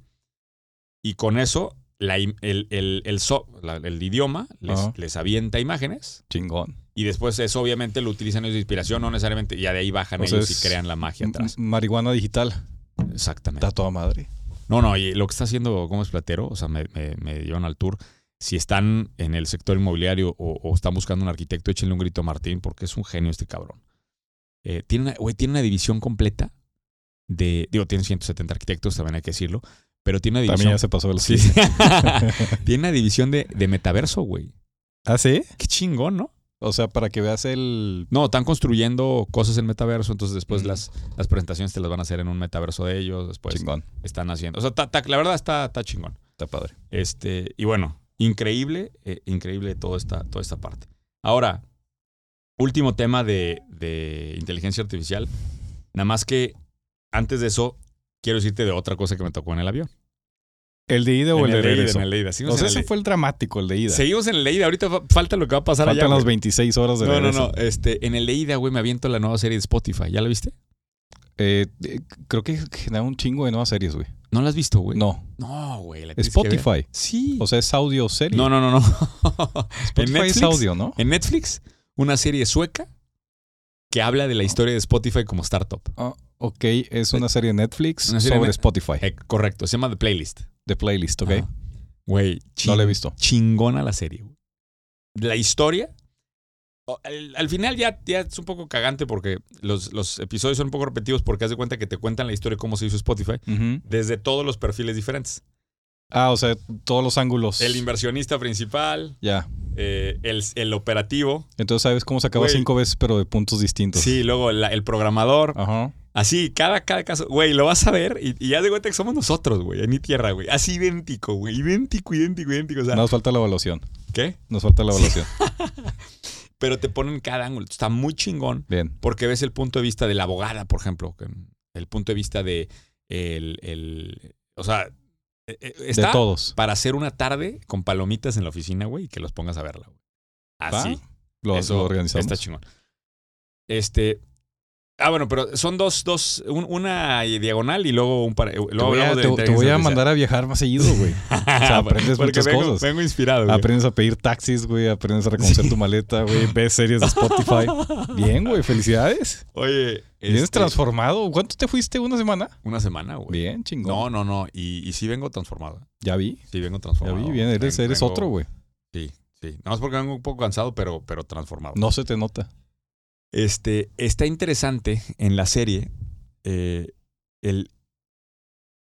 S1: Y con eso, la im- el, el- el so- la- el idioma les,
S2: Ajá.
S1: les avienta imágenes.
S2: Chingón.
S1: Y después eso obviamente lo utilizan ellos de inspiración, no necesariamente, ya de ahí bajan
S2: O sea,
S1: ellos y
S2: es
S1: crean la magia atrás.
S2: M- Marihuana digital.
S1: Exactamente.
S2: Está toda madre.
S1: No, no, y lo que está haciendo Gómez Platero, o sea, me, me- me llevan al tour. Si están en el sector inmobiliario o, o están buscando un arquitecto, échenle un grito a Martín porque es un genio este cabrón. Eh, tiene, una, güey, tiene una división completa de. Digo, tiene 170 arquitectos, también hay que decirlo. Pero tiene una
S2: También
S1: división.
S2: ya se pasó de los
S1: Sí.
S2: 15.
S1: tiene una división de, de metaverso, güey.
S2: ¿Ah, sí?
S1: Qué chingón, ¿no?
S2: O sea, para que veas el.
S1: No, están construyendo cosas en metaverso, entonces después
S2: Mm.
S1: las, las presentaciones te las van a hacer en un metaverso de ellos. Después
S2: Chingón.
S1: están haciendo. O sea, ta- ta- la verdad está, pues, está chingón.
S2: Está padre.
S1: Este, y bueno, increíble, eh, increíble toda esta, toda esta parte. Ahora, último tema de, de inteligencia artificial. Nada más que antes de eso, quiero decirte de otra cosa que me tocó en el avión.
S2: ¿El de ida o
S1: En
S2: el de
S1: el de ida,
S2: regreso?
S1: en el de ida. Seguimos,
S2: O sea,
S1: en, el
S2: ese
S1: de-
S2: fue el dramático, el de ida.
S1: seguimos en el de ida. Ahorita fa- falta lo que va a pasar
S2: Faltan
S1: allá.
S2: las
S1: güey.
S2: 26 horas de
S1: no, no,
S2: regreso.
S1: no. Este, en el de ida, güey, me aviento la nueva serie de Spotify. ¿Ya la viste?
S2: Eh, eh, creo que genera un chingo de nuevas series, güey.
S1: ¿No la has visto, güey?
S2: No,
S1: No, güey. la tienes que ver.
S2: Spotify.
S1: Sí.
S2: O sea, es audio serie.
S1: no, no, no, no.
S2: Spotify
S1: en Netflix.
S2: es audio, ¿no?
S1: en Netflix una serie sueca que habla de la historia de Spotify como startup.
S2: Ah, ok, es una serie de Netflix
S1: Una serie de
S2: sobre
S1: Net-
S2: Spotify.
S1: Eh, correcto, se llama The Playlist.
S2: De playlist, ok.
S1: Ajá. Güey,
S2: No
S1: chin-
S2: la he visto.
S1: chingona la serie. güey. La historia. o- Al, al final ya, ya es un poco cagante porque los, los episodios son un poco repetidos porque haz de cuenta que te cuentan la historia de cómo se hizo Spotify
S2: Ujú.
S1: desde todos los perfiles diferentes.
S2: Ah, o sea, todos los ángulos.
S1: El inversionista principal,
S2: ya.
S1: eh, el, el operativo,
S2: Entonces sabes cómo se acaba
S1: Güey.
S2: cinco veces, pero de puntos distintos.
S1: sí, luego la- el programador,
S2: Ajá.
S1: Así, cada, cada caso. Güey, lo vas a ver y, y ya de cuenta que somos nosotros, güey, en mi tierra, güey. Así idéntico, güey. Idéntico, idéntico, idéntico. O sea,
S2: Nos falta la evaluación.
S1: ¿qué?
S2: Nos falta la
S1: Sí.
S2: evaluación.
S1: Pero te ponen cada ángulo. Está muy chingón
S2: Bien.
S1: porque ves el punto de vista de la abogada, por ejemplo. que- El punto de vista de el... el- o sea, eh, eh, está
S2: De todos.
S1: para hacer una tarde con palomitas en la oficina, güey, y que los pongas a verla, güey.
S2: ¿Va?
S1: Así.
S2: Lo,
S1: Ah, Eso
S2: lo organizamos.
S1: Está chingón. Este, Ah, bueno, pero son dos, dos, un- una diagonal y luego un para. Luego
S2: Te voy, a,
S1: hablamos de la
S2: te- te voy a
S1: inteligencia
S2: mandar a viajar más seguido, güey.
S1: artificial.
S2: o sea, aprendes
S1: Porque
S2: muchas
S1: vengo,
S2: cosas.
S1: Vengo inspirado. güey.
S2: Aprendes a pedir taxis, güey. Aprendes a reconocer tu maleta, güey. Ves series de Spotify. Bien, güey. Felicidades.
S1: Oye,
S2: Vienes
S1: este,
S2: transformado. ¿Cuánto te fuiste? ¿Una semana?
S1: una semana, güey.
S2: Bien, chingón.
S1: No, no, no. Y, y sí vengo transformado.
S2: Ya vi.
S1: Sí vengo
S2: Ya
S1: transformado.
S2: vi. Bien, eres,
S1: Ven-
S2: eres
S1: vengo-
S2: otro, güey.
S1: Sí, sí. No, es porque vengo un poco cansado, pero, pero transformado.
S2: No se te nota.
S1: Este, está interesante en la serie eh, el,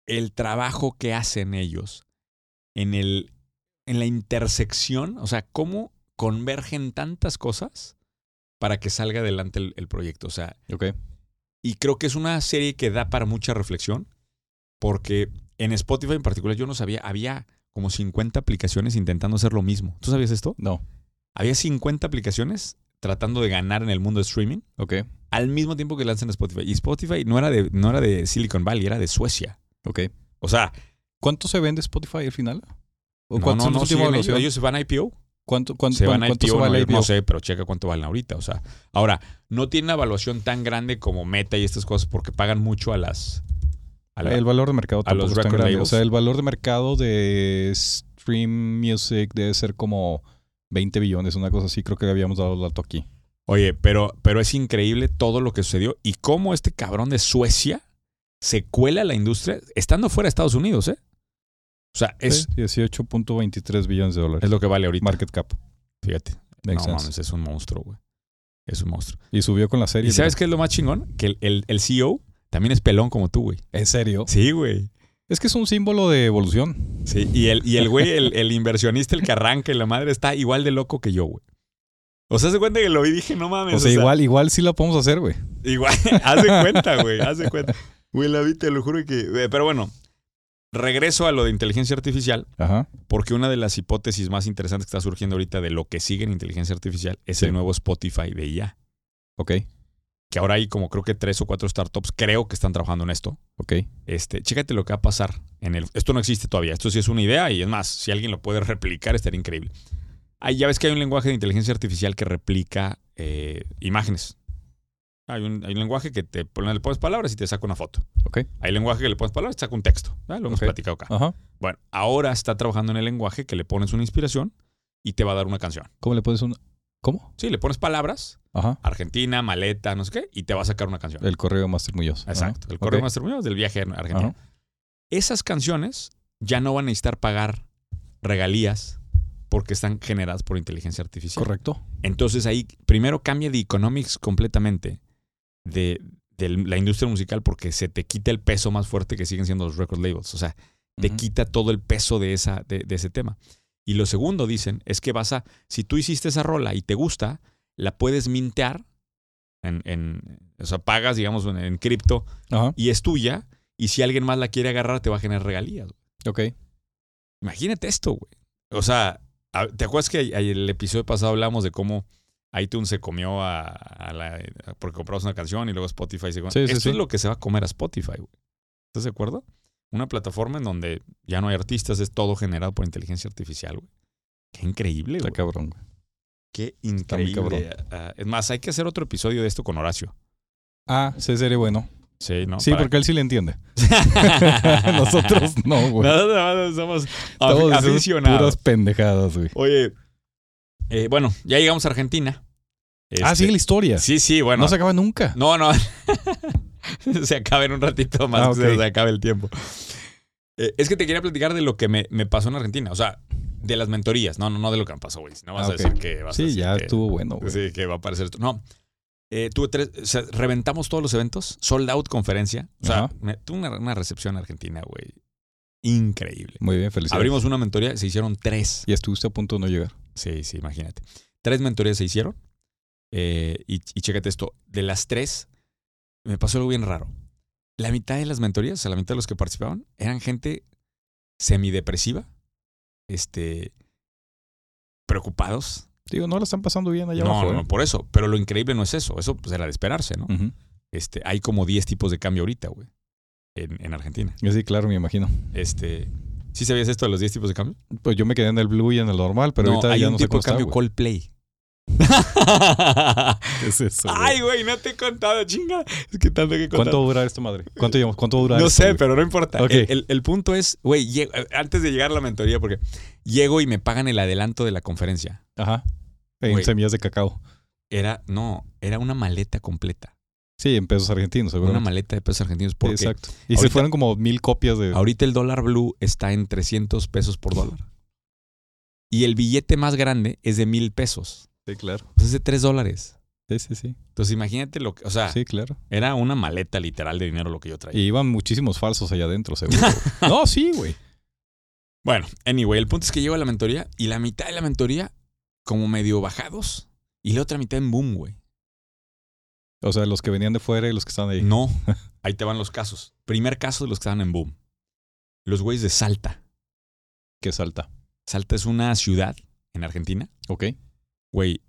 S1: el trabajo que hacen ellos en, el, en la intersección, o sea, cómo convergen tantas cosas para que salga adelante el, el proyecto. O sea,
S2: Ok.
S1: y creo que es una serie que da para mucha reflexión, porque en Spotify en particular yo no sabía, había como 50 aplicaciones intentando hacer lo mismo. ¿Tú sabías esto?
S2: No.
S1: Había 50 aplicaciones tratando de ganar en el mundo de streaming
S2: Ok.
S1: al mismo tiempo que lanzan Spotify. Y Spotify no era de, no era de Silicon Valley, era de Suecia.
S2: Ok.
S1: O sea,
S2: ¿Cuánto se vende Spotify al final? ¿O
S1: no, no,
S2: cuánto es la
S1: no,
S2: última
S1: siguen ellos,
S2: evaluación?
S1: ellos se van a IPO.
S2: ¿Cuánto, cuánto,
S1: se van a
S2: cuánto
S1: IPO,
S2: se va
S1: no,
S2: la
S1: yo
S2: IPO?
S1: no sé, pero checa cuánto valen ahorita. O sea, ahora, no tiene una evaluación tan grande como Meta y estas cosas porque pagan mucho a las... a la-
S2: el valor de mercado
S1: a
S2: tampoco
S1: los
S2: es tan
S1: record
S2: grande. O
S1: labels.
S2: sea, el valor de mercado de Stream Music debe ser como 20 billones, una cosa así. Creo que le habíamos dado el dato aquí.
S1: Oye, pero, pero es increíble todo lo que sucedió y cómo este cabrón de Suecia se cuela a la industria estando fuera de Estados Unidos, ¿eh? O sea, es,
S2: Sí, 18.23 billones de dólares.
S1: es lo que vale ahorita.
S2: Market cap.
S1: Fíjate. No
S2: Makes sense.
S1: mames, es un monstruo, güey. Es un monstruo.
S2: Y subió con la serie.
S1: ¿Y sabes
S2: mira.
S1: qué es lo más chingón? Que el, el, el CEO también es pelón como tú, güey.
S2: ¿En serio?
S1: Sí, güey.
S2: Es que es un símbolo de evolución.
S1: Sí, y el, y el güey, el, el inversionista, el que arranca y la madre está igual de loco que yo, güey. O sea, haz de cuenta que lo vi y dije, no mames.
S2: O sea, igual, igual sí la podemos hacer, güey.
S1: Igual, haz de cuenta, güey, haz de cuenta. Güey, la vi, te lo juro que... güey, Pero bueno, regreso a lo de inteligencia artificial,
S2: Ajá.
S1: porque una de las hipótesis más interesantes que está surgiendo ahorita de lo que sigue en inteligencia artificial es
S2: Sí.
S1: el nuevo Spotify de IA.
S2: Ok,
S1: Que ahora hay como creo que tres o cuatro startups, creo que están trabajando en esto.
S2: ok.
S1: Este, chécate lo que va a pasar en el. Esto no existe todavía. Esto sí es una idea y es más, si alguien lo puede replicar, estaría increíble. Ahí ya ves que hay un lenguaje de inteligencia artificial que replica eh, imágenes. Hay un, hay un lenguaje que te pone- le pones palabras y te saca una foto.
S2: Ok.
S1: Hay lenguaje que le pones palabras y te saca un texto. ¿verdad? Lo hemos
S2: Ok.
S1: platicado acá.
S2: Ajá.
S1: Bueno, ahora está trabajando en el lenguaje que le pones una inspiración y te va a dar una canción.
S2: ¿Cómo le pones un...? ¿Cómo?
S1: Sí, le pones palabras,
S2: Ajá.
S1: Argentina, maleta, no sé qué, y te va a sacar una canción.
S2: El correo de Master Muñoz.
S1: Exacto. El
S2: Ajá.
S1: correo
S2: Ok.
S1: más terminado del viaje a Argentina.
S2: Ajá.
S1: Esas canciones ya no van a necesitar pagar regalías porque están generadas por inteligencia artificial.
S2: Correcto.
S1: Entonces ahí primero cambia de economics completamente de, de la industria musical porque se te quita el peso más fuerte que siguen siendo los record labels. O sea, te
S2: Ujú.
S1: quita todo el peso de, esa, de, de ese tema. Y lo segundo, dicen, es que vas a, si tú hiciste esa rola y te gusta, la puedes mintear, en, en- o sea, pagas, digamos, en, en cripto
S2: Ajá.
S1: y es tuya, y si alguien más la quiere agarrar, te va a generar regalías.
S2: Ok.
S1: Imagínate esto, güey. O sea, a- ¿te acuerdas que a- el episodio pasado hablamos de cómo iTunes se comió a, a la. a- porque comprabas una canción y luego Spotify se comió?
S2: Sí, sí,
S1: esto
S2: sí.
S1: es lo que se va a comer a Spotify, güey. ¿Estás de acuerdo? Una plataforma en donde ya no hay artistas, es todo generado por inteligencia artificial, güey. Qué increíble,
S2: Está
S1: güey.
S2: cabrón, güey.
S1: Qué
S2: muy
S1: increíble. Ah, es más, hay que hacer otro episodio de esto con Horacio.
S2: Ah, sí, sería bueno.
S1: Sí, ¿no?
S2: sí,
S1: Para-
S2: porque él sí le entiende. Nosotros no, güey.
S1: Nosotros nada más somos afi-
S2: Todos esas
S1: aficionados.
S2: Pues, Puras pendejadas, güey.
S1: Oye, eh, bueno, ya llegamos a Argentina.
S2: Ah,
S1: Este,
S2: sigue la historia.
S1: Sí, sí, bueno.
S2: No se acaba nunca.
S1: No, no. se acaba en un ratito más,
S2: Ah,
S1: que se-
S2: ok.
S1: se acaba el tiempo. Eh, es que te quería platicar de lo que me, me pasó en Argentina. O sea, de las mentorías. No, no, no de lo que me pasó, güey. No vas
S2: Ah,
S1: a
S2: ok.
S1: decir que vas a
S2: sí,
S1: decir
S2: ya
S1: que-
S2: estuvo bueno, güey.
S1: Sí, que va a aparecer esto. No. Eh, tuve tres. o sea, reventamos todos los eventos. Sold out conferencia. O sea,
S2: Ajá.
S1: me- tuve una, una recepción en Argentina, güey. Increíble.
S2: Muy bien, felicidades.
S1: Abrimos una mentoría, se hicieron tres.
S2: Y estuviste a punto de no llegar.
S1: Sí, sí, imagínate. Tres mentorías se hicieron. eh, y, y chécate esto. De las tres, me pasó algo bien raro. La mitad de las mentorías, o sea, la mitad de los que participaban, eran gente semidepresiva, este, preocupados.
S2: Digo, no la están pasando bien allá
S1: no,
S2: abajo.
S1: no,
S2: ¿eh? Mm.
S1: no, por eso. Pero lo increíble no es eso. Eso pues, era de esperarse, ¿no?
S2: Ujú.
S1: Este, hay como 10 tipos de cambio ahorita, güey, en, en Argentina.
S2: Sí, claro, me imagino.
S1: Este, ¿Sí sabías esto de los 10 tipos de cambio?
S2: Pues yo me quedé en el blue y en el normal, pero
S1: no,
S2: ahorita
S1: hay
S2: ya
S1: un
S2: no sé
S1: tipo de
S2: cómo está,
S1: cambio
S2: güey.
S1: Coldplay.
S2: ¿Qué es eso? güey?
S1: Ay, güey, no te he contado, chinga. Es que tanto que he contado.
S2: ¿Cuánto va a durar esta madre? ¿Cuánto llevamos? ¿Cuánto va a durar
S1: No
S2: esto,
S1: sé,
S2: güey?
S1: pero no importa.
S2: Ok.
S1: El, el- el punto es, güey, llego- antes de llegar a la mentoría, porque llego y me pagan el adelanto de la conferencia.
S2: Ajá. En
S1: Güey.
S2: semillas de cacao.
S1: Era, no, era una maleta completa.
S2: Sí, en pesos argentinos, seguro.
S1: Una maleta de pesos argentinos. Porque
S2: Exacto. Y se
S1: ahorita-
S2: fueron como mil copias de.
S1: ahorita el dólar blue está en 300 pesos por dólar. Y el billete más grande es de mil pesos.
S2: Sí, claro.
S1: O sea, es de tres dólares.
S2: Sí, sí, sí.
S1: Entonces imagínate lo que, o sea,
S2: Sí, claro.
S1: era una maleta literal de dinero lo que yo traía.
S2: Y iban muchísimos falsos allá adentro, seguro. güey. no, sí, güey.
S1: Bueno, anyway, el punto es que llevo a la mentoría y la mitad de la mentoría como medio bajados y la otra mitad en boom, güey.
S2: O sea, los que venían de fuera y los que estaban ahí.
S1: No, ahí te van los casos. Primer caso de los que estaban en boom. Los güeyes de Salta.
S2: Que salta.
S1: Salta es una ciudad en Argentina.
S2: Ok.
S1: Güey,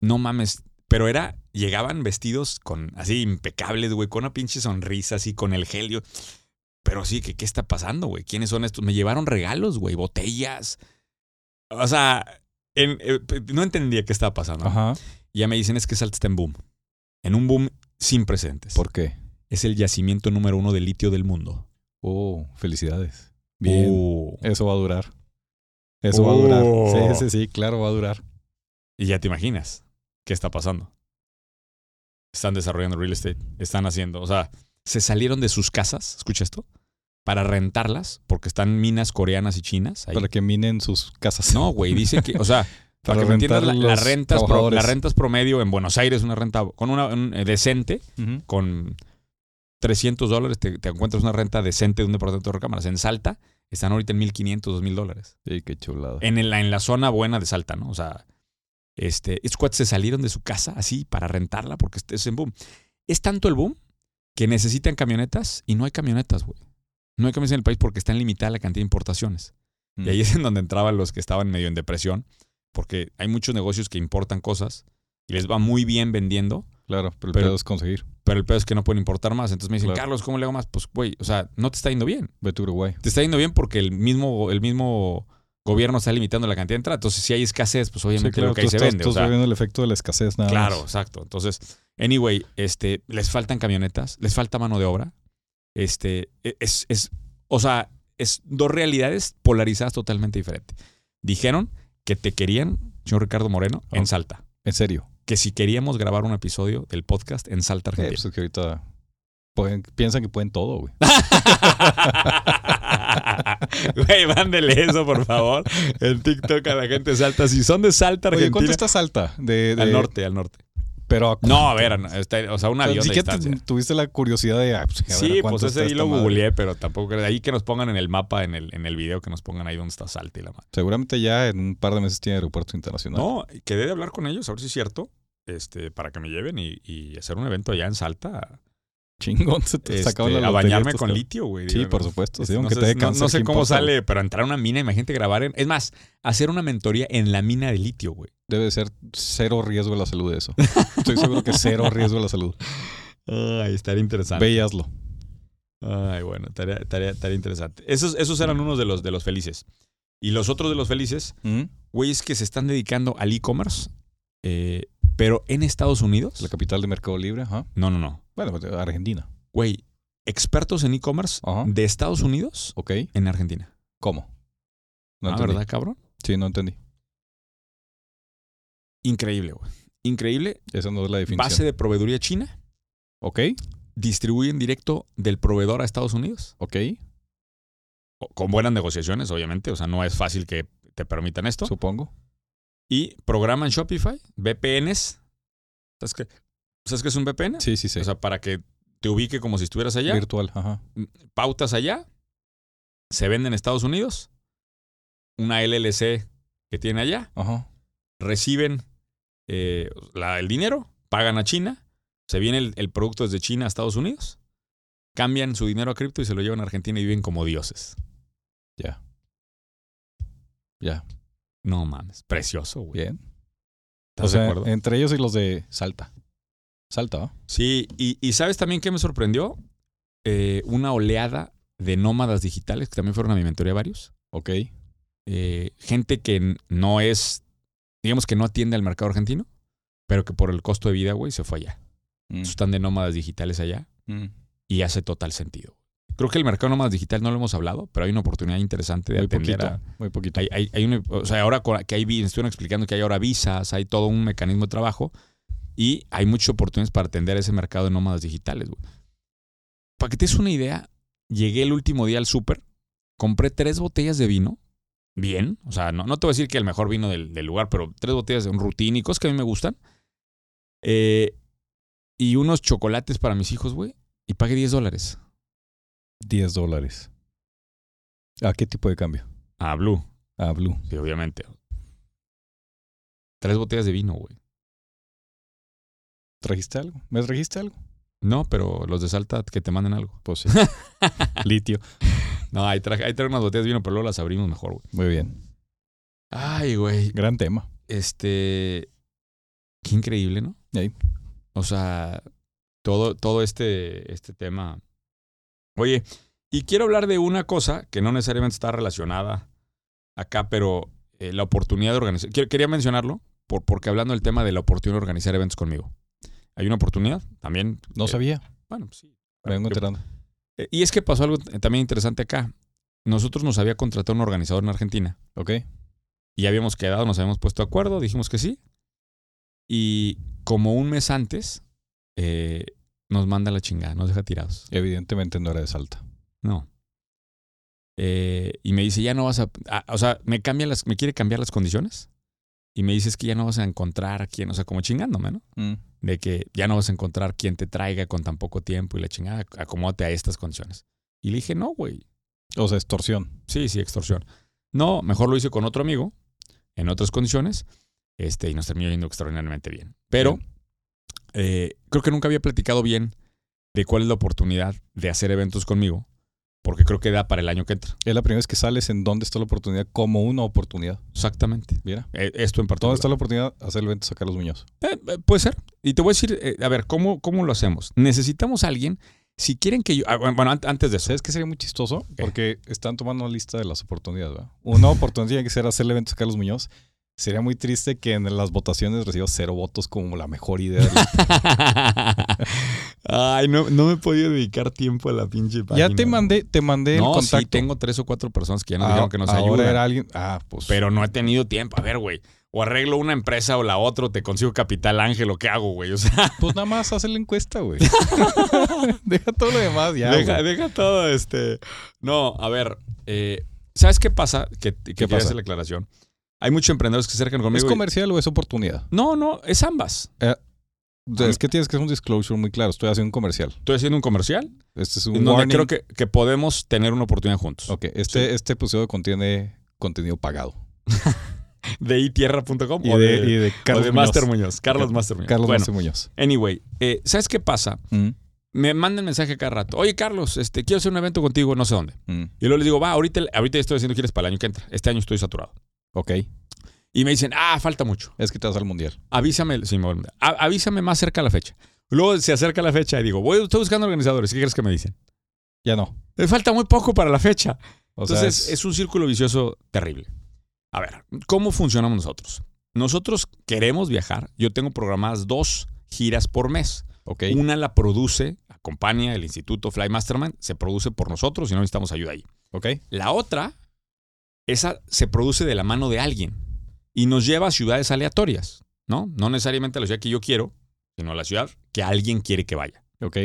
S1: no mames. Pero era, llegaban vestidos con así impecables, güey, con una pinche sonrisa, así con el gelio. Pero sí, que qué está pasando, güey? ¿Quiénes son estos? Me llevaron regalos, güey, botellas. O sea, en- eh, no entendía qué estaba pasando.
S2: Ajá.
S1: Y ya me dicen es que Salta está en boom. En un boom sin precedentes.
S2: ¿Por qué?
S1: Es el yacimiento número uno de litio del mundo.
S2: Oh, felicidades. Bien.
S1: Oh.
S2: Eso va a durar. Eso va a durar.
S1: Oh.
S2: Sí, sí, sí, claro, va a durar.
S1: Y ya te imaginas qué está pasando. Están desarrollando real estate, están haciendo, o sea, se salieron de sus casas, escucha esto, para rentarlas, porque están minas coreanas y chinas. ahí.
S2: Para que minen sus casas.
S1: No, güey, dice que, o sea, para, que me entiendas, la-
S2: rentar
S1: las
S2: los
S1: rentas, pro-
S2: trabajadores.
S1: las rentas promedio en Buenos Aires, una renta con una un- eh, decente,
S2: Ujú.
S1: con 300 dólares te, te encuentras una renta decente de un departamento de recámaras. En Salta están ahorita en 1.500, 2.000 dólares.
S2: Sí, qué chulada.
S1: En, el- en la zona buena de Salta, ¿no? O sea, este, estos cuates se salieron de su casa así para rentarla porque este- es en boom. Es tanto el boom que necesitan camionetas y no hay camionetas, güey. No hay camionetas en el país porque están limitada la cantidad de importaciones.
S2: Mm.
S1: Y ahí es en donde entraban los que estaban medio en depresión porque hay muchos negocios que importan cosas y les va muy bien vendiendo,
S2: Claro, pero el
S1: Pero-
S2: pedo es conseguir.
S1: pero el pedo es que no pueden importar más. Entonces me dicen,
S2: Claro.
S1: Carlos, ¿cómo le hago más? Pues, güey, o sea, no te está yendo bien
S2: Vete a Uruguay.
S1: te está yendo bien porque el mismo, el mismo gobierno está limitando la cantidad de entrada. Entonces, si hay escasez, pues obviamente lo que
S2: tú
S1: hay se
S2: estás,
S1: vende.
S2: tú
S1: o sea,
S2: estás viendo el efecto de la escasez, nada
S1: claro,
S2: más.
S1: exacto. Entonces, anyway, este, les faltan camionetas, les falta mano de obra. Este, es, es, o sea, es dos realidades polarizadas totalmente diferentes. Dijeron que te querían, señor Ricardo Moreno, en
S2: Ok.
S1: Salta.
S2: En serio.
S1: Que si queríamos grabar un episodio del podcast en Salta,
S2: Eh,
S1: Argentina.
S2: pues es que ahorita pueden- piensan que pueden todo, güey.
S1: Güey, mándele eso, por favor. En TikTok a la gente de salta. Si son de Salta,
S2: Oye,
S1: Argentina.
S2: ¿cuánto está Salta? De, de-
S1: Al norte, al norte.
S2: Pero a cu-
S1: No, a ver, no, está- o sea, un
S2: o sea,
S1: avión
S2: ni
S1: de
S2: siquiera
S1: distancia.
S2: tu- tuviste la curiosidad de. ah, pues, a ver,
S1: Sí,
S2: ¿cuánto
S1: pues
S2: está
S1: ese ahí
S2: esta
S1: lo
S2: madre?
S1: googleé, pero tampoco. De ahí que nos pongan en el mapa, en el, en el video, que nos pongan ahí donde está Salta y la madre.
S2: Seguramente ya en un par de meses tiene aeropuerto internacional.
S1: No, quedé de hablar con ellos, a ver si es cierto, este, para que me lleven y, y hacer un evento allá en Salta.
S2: Chingón, se te
S1: este,
S2: sacaban la
S1: a
S2: lotería
S1: bañarme
S2: estos
S1: con
S2: cabrones.
S1: litio, güey.
S2: Sí,
S1: digo,
S2: por supuesto. Sí,
S1: no,
S2: aunque
S1: sé,
S2: te dé
S1: no-
S2: cáncer,
S1: no sé
S2: ¿qué
S1: cómo
S2: importa, güey?
S1: sale, pero entrar a una mina, imagínate grabar en. Es más, hacer una mentoría en la mina de litio, güey.
S2: Debe de ser cero riesgo a la salud eso. Estoy seguro que cero riesgo a la salud.
S1: Ay, estaría interesante.
S2: Ve y hazlo.
S1: Ay, bueno, estaría, estaría- estaría interesante. Esos, esos eran unos de los, de los felices. Y los otros de los felices,
S2: ¿Mm?
S1: güey, es que se están dedicando al e-commerce, eh, pero en Estados Unidos.
S2: La capital de Mercado Libre, ajá.
S1: No, no, no.
S2: Bueno, pues, Argentina.
S1: Güey, expertos en e-commerce
S2: Ajá.
S1: de Estados Unidos
S2: Ok.
S1: en Argentina.
S2: ¿Cómo? No
S1: ah,
S2: entendí.
S1: ¿verdad, cabrón?
S2: Sí, no entendí.
S1: Increíble, güey. Increíble.
S2: Esa no es la definición.
S1: Base de proveeduría china.
S2: Ok,
S1: distribuyen directo del proveedor a Estados Unidos.
S2: ok.
S1: O- Con buenas negociaciones, obviamente. O sea, no es fácil que te permitan esto.
S2: Supongo.
S1: Y programan Shopify, VPNs. ¿Sabes qué, ¿Sabes qué es un VPN?
S2: Sí, sí, sí.
S1: O sea, para que te ubique como si estuvieras allá.
S2: Virtual, ajá.
S1: Pautas allá. Se vende en Estados Unidos. Una LLC que tiene allá.
S2: Ajá.
S1: Reciben eh, la- el dinero. Pagan a China. Se viene el, el producto desde China a Estados Unidos. Cambian su dinero a cripto y se lo llevan a Argentina y viven como dioses.
S2: Ya. Ya.
S1: No mames, precioso, güey.
S2: Bien. O
S1: ¿Estás
S2: sea, eh,
S1: de acuerdo?
S2: entre ellos y los de Salta. Salta, ¿va?
S1: Sí, y, y ¿sabes también qué me sorprendió? Eh, una oleada de nómadas digitales, que también fueron a mi mentoría varios.
S2: Ok.
S1: Eh, gente que n- no es, digamos que no atiende al mercado argentino, pero que por el costo de vida, güey, se fue allá.
S2: Mm,
S1: Entonces, Están de nómadas digitales allá
S2: mm.
S1: y hace total sentido. Creo que el mercado nómadas digital no lo hemos hablado, pero hay una oportunidad interesante de
S2: Muy
S1: atender
S2: poquito.
S1: a-
S2: Muy poquito.
S1: Hay, hay- hay una- o sea, ahora con- que hay, vi- estuvieron explicando que hay ahora visas, hay todo un mecanismo de trabajo y hay muchas oportunidades para atender ese mercado de nómadas digitales. güey. Para que te des una idea, llegué el último día al súper, compré tres botellas de vino, bien, o sea, no, no te voy a decir que el mejor vino del, del lugar, pero tres botellas de un rutín y cosas que a mí me gustan. Eh, y unos chocolates para mis hijos, güey, y pagué 10 dólares
S2: 10 dólares. ¿A qué tipo de cambio?
S1: a Ah, Blue.
S2: A Blue.
S1: Sí, obviamente. Tres botellas de vino, güey.
S2: ¿Trajiste algo? ¿Me trajiste algo?
S1: No, pero los de Salta que te manden algo.
S2: Pues sí.
S1: Litio. No, ahí traje, ahí traje unas botellas de vino, pero luego las abrimos mejor, güey.
S2: Muy bien.
S1: Ay, güey.
S2: Gran tema.
S1: Este. Qué increíble, ¿no?
S2: Ey.
S1: O sea, todo, todo este, este tema. Oye, y quiero hablar de una cosa que no necesariamente está relacionada acá, pero eh, la oportunidad de organizar. Quier- Quería mencionarlo por, porque hablando del tema de la oportunidad de organizar eventos conmigo. Hay una oportunidad también.
S2: No
S1: eh,
S2: sabía.
S1: Bueno, pues sí.
S2: Me vengo
S1: Yo-
S2: enterando.
S1: Eh, Y es que pasó algo t- también interesante acá. Nosotros nos había contratado un organizador en Argentina
S2: Ok.
S1: y ya habíamos quedado, nos habíamos puesto de acuerdo, dijimos que sí. Y como un mes antes, eh, nos manda la chingada, nos deja tirados.
S2: Evidentemente no era de Salta.
S1: No. Eh, y me dice, ya no vas a, a- O sea, me, cambia las, me quiere cambiar las condiciones y me dice, es que ya no vas a encontrar a quien, o sea, como chingándome, ¿no? de que ya no vas a encontrar quien te traiga con tan poco tiempo y la chingada, acomódate a estas condiciones. Y le dije, no, güey.
S2: O sea, extorsión.
S1: Sí, sí, extorsión. No, mejor lo hice con otro amigo, en otras condiciones, este, y nos terminó yendo extraordinariamente bien. Pero eh, creo que nunca había platicado bien de cuál es la oportunidad de hacer eventos conmigo, porque creo que da para el año que entra.
S2: Es la primera vez que sales en dónde está la oportunidad como una oportunidad.
S1: Exactamente.
S2: Mira.
S1: Eh, Esto en
S2: ¿Dónde
S1: particular.
S2: está la oportunidad? Hacer el evento sacar los Muñoz.
S1: Eh, eh, puede ser. Y te voy a decir, eh, a ver, ¿cómo, ¿cómo lo hacemos? Necesitamos a alguien, si quieren que yo... ah, Bueno, an- antes de eso.
S2: ¿Sabes qué sería muy chistoso? Porque están tomando una lista de las oportunidades, ¿verdad? Una oportunidad tiene que ser hacer el evento de Carlos Muñoz. Sería muy triste que en las votaciones reciba cero votos como la mejor idea. del-
S1: Ay, no, no me he podido dedicar tiempo a la pinche página.
S2: ya te mandé, te mandé
S1: No,
S2: el contacto.
S1: sí, tengo tres o cuatro personas que ya nos
S2: Ah,
S1: dijeron que nos
S2: ahora
S1: ayudan.
S2: era alguien. Ah, pues.
S1: Pero no he tenido tiempo. A ver, güey. O arreglo una empresa o la otra, o te consigo Capital Ángel, o qué hago, güey. O sea,
S2: Pues nada más haz la encuesta, güey. Deja todo lo demás, ya.
S1: deja,
S2: güey.
S1: deja todo este. No, a ver. eh, ¿Sabes qué pasa? Que, que quiero
S2: pasa?
S1: hacer la aclaración. Hay muchos emprendedores que se acercan
S2: ¿Es
S1: conmigo. y-
S2: comercial o es oportunidad?
S1: No, no, es ambas.
S2: O sea, es que tienes que hacer un disclosure muy claro. Estoy haciendo un comercial.
S1: Estoy haciendo un comercial
S2: Este es un
S1: en donde
S2: warning.
S1: creo que, que podemos tener una oportunidad juntos.
S2: Ok, este, este episodio contiene contenido pagado.
S1: De itierra.com
S2: Y
S1: o
S2: de,
S1: de,
S2: y de
S1: o
S2: Carlos
S1: de
S2: Muñoz.
S1: Master Muñoz. Carlos
S2: Ca-
S1: Master Muñoz.
S2: Carlos
S1: bueno,
S2: Master Muñoz.
S1: anyway, eh, ¿sabes qué pasa?
S2: Mm,
S1: Me mandan mensaje cada rato. Oye, Carlos, este, quiero hacer un evento contigo, no sé dónde.
S2: mm.
S1: Y luego les digo, va, ahorita, ahorita estoy haciendo giras para el año que entra. Este año estoy saturado.
S2: Ok,
S1: Y me dicen, ah, falta mucho.
S2: es que te vas al mundial.
S1: Avísame, sí, me voy a olvidar. A- avísame más cerca a la fecha. Luego se acerca la fecha y digo, voy, estoy buscando organizadores. ¿Qué crees que me dicen?
S2: Ya no.
S1: Me falta muy poco para la fecha.
S2: O sea,
S1: Entonces,
S2: es-
S1: es un círculo vicioso terrible. A ver, ¿cómo funcionamos nosotros? Nosotros queremos viajar. Yo tengo programadas dos giras por mes.
S2: ok,
S1: Una la produce, acompaña el Instituto Fly Mastermind, se produce por nosotros y no necesitamos ayuda ahí.
S2: ok.
S1: La otra, esa se produce de la mano de alguien y nos lleva a ciudades aleatorias, ¿no? No necesariamente a la ciudad que yo quiero, sino a la ciudad que alguien quiere que vaya.
S2: Ok,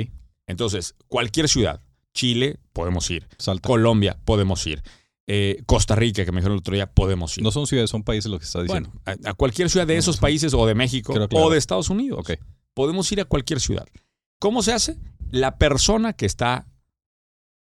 S1: Entonces, cualquier ciudad, Chile, podemos ir,
S2: salta.
S1: Colombia, podemos ir, Eh, Costa Rica, que me dijeron el otro día, podemos ir.
S2: No son ciudades, son países lo que está diciendo.
S1: bueno, a, a cualquier ciudad de esos países o de México
S2: Creo claro.
S1: o de Estados Unidos.
S2: ok,
S1: Podemos ir a cualquier ciudad. ¿Cómo se hace? La persona que está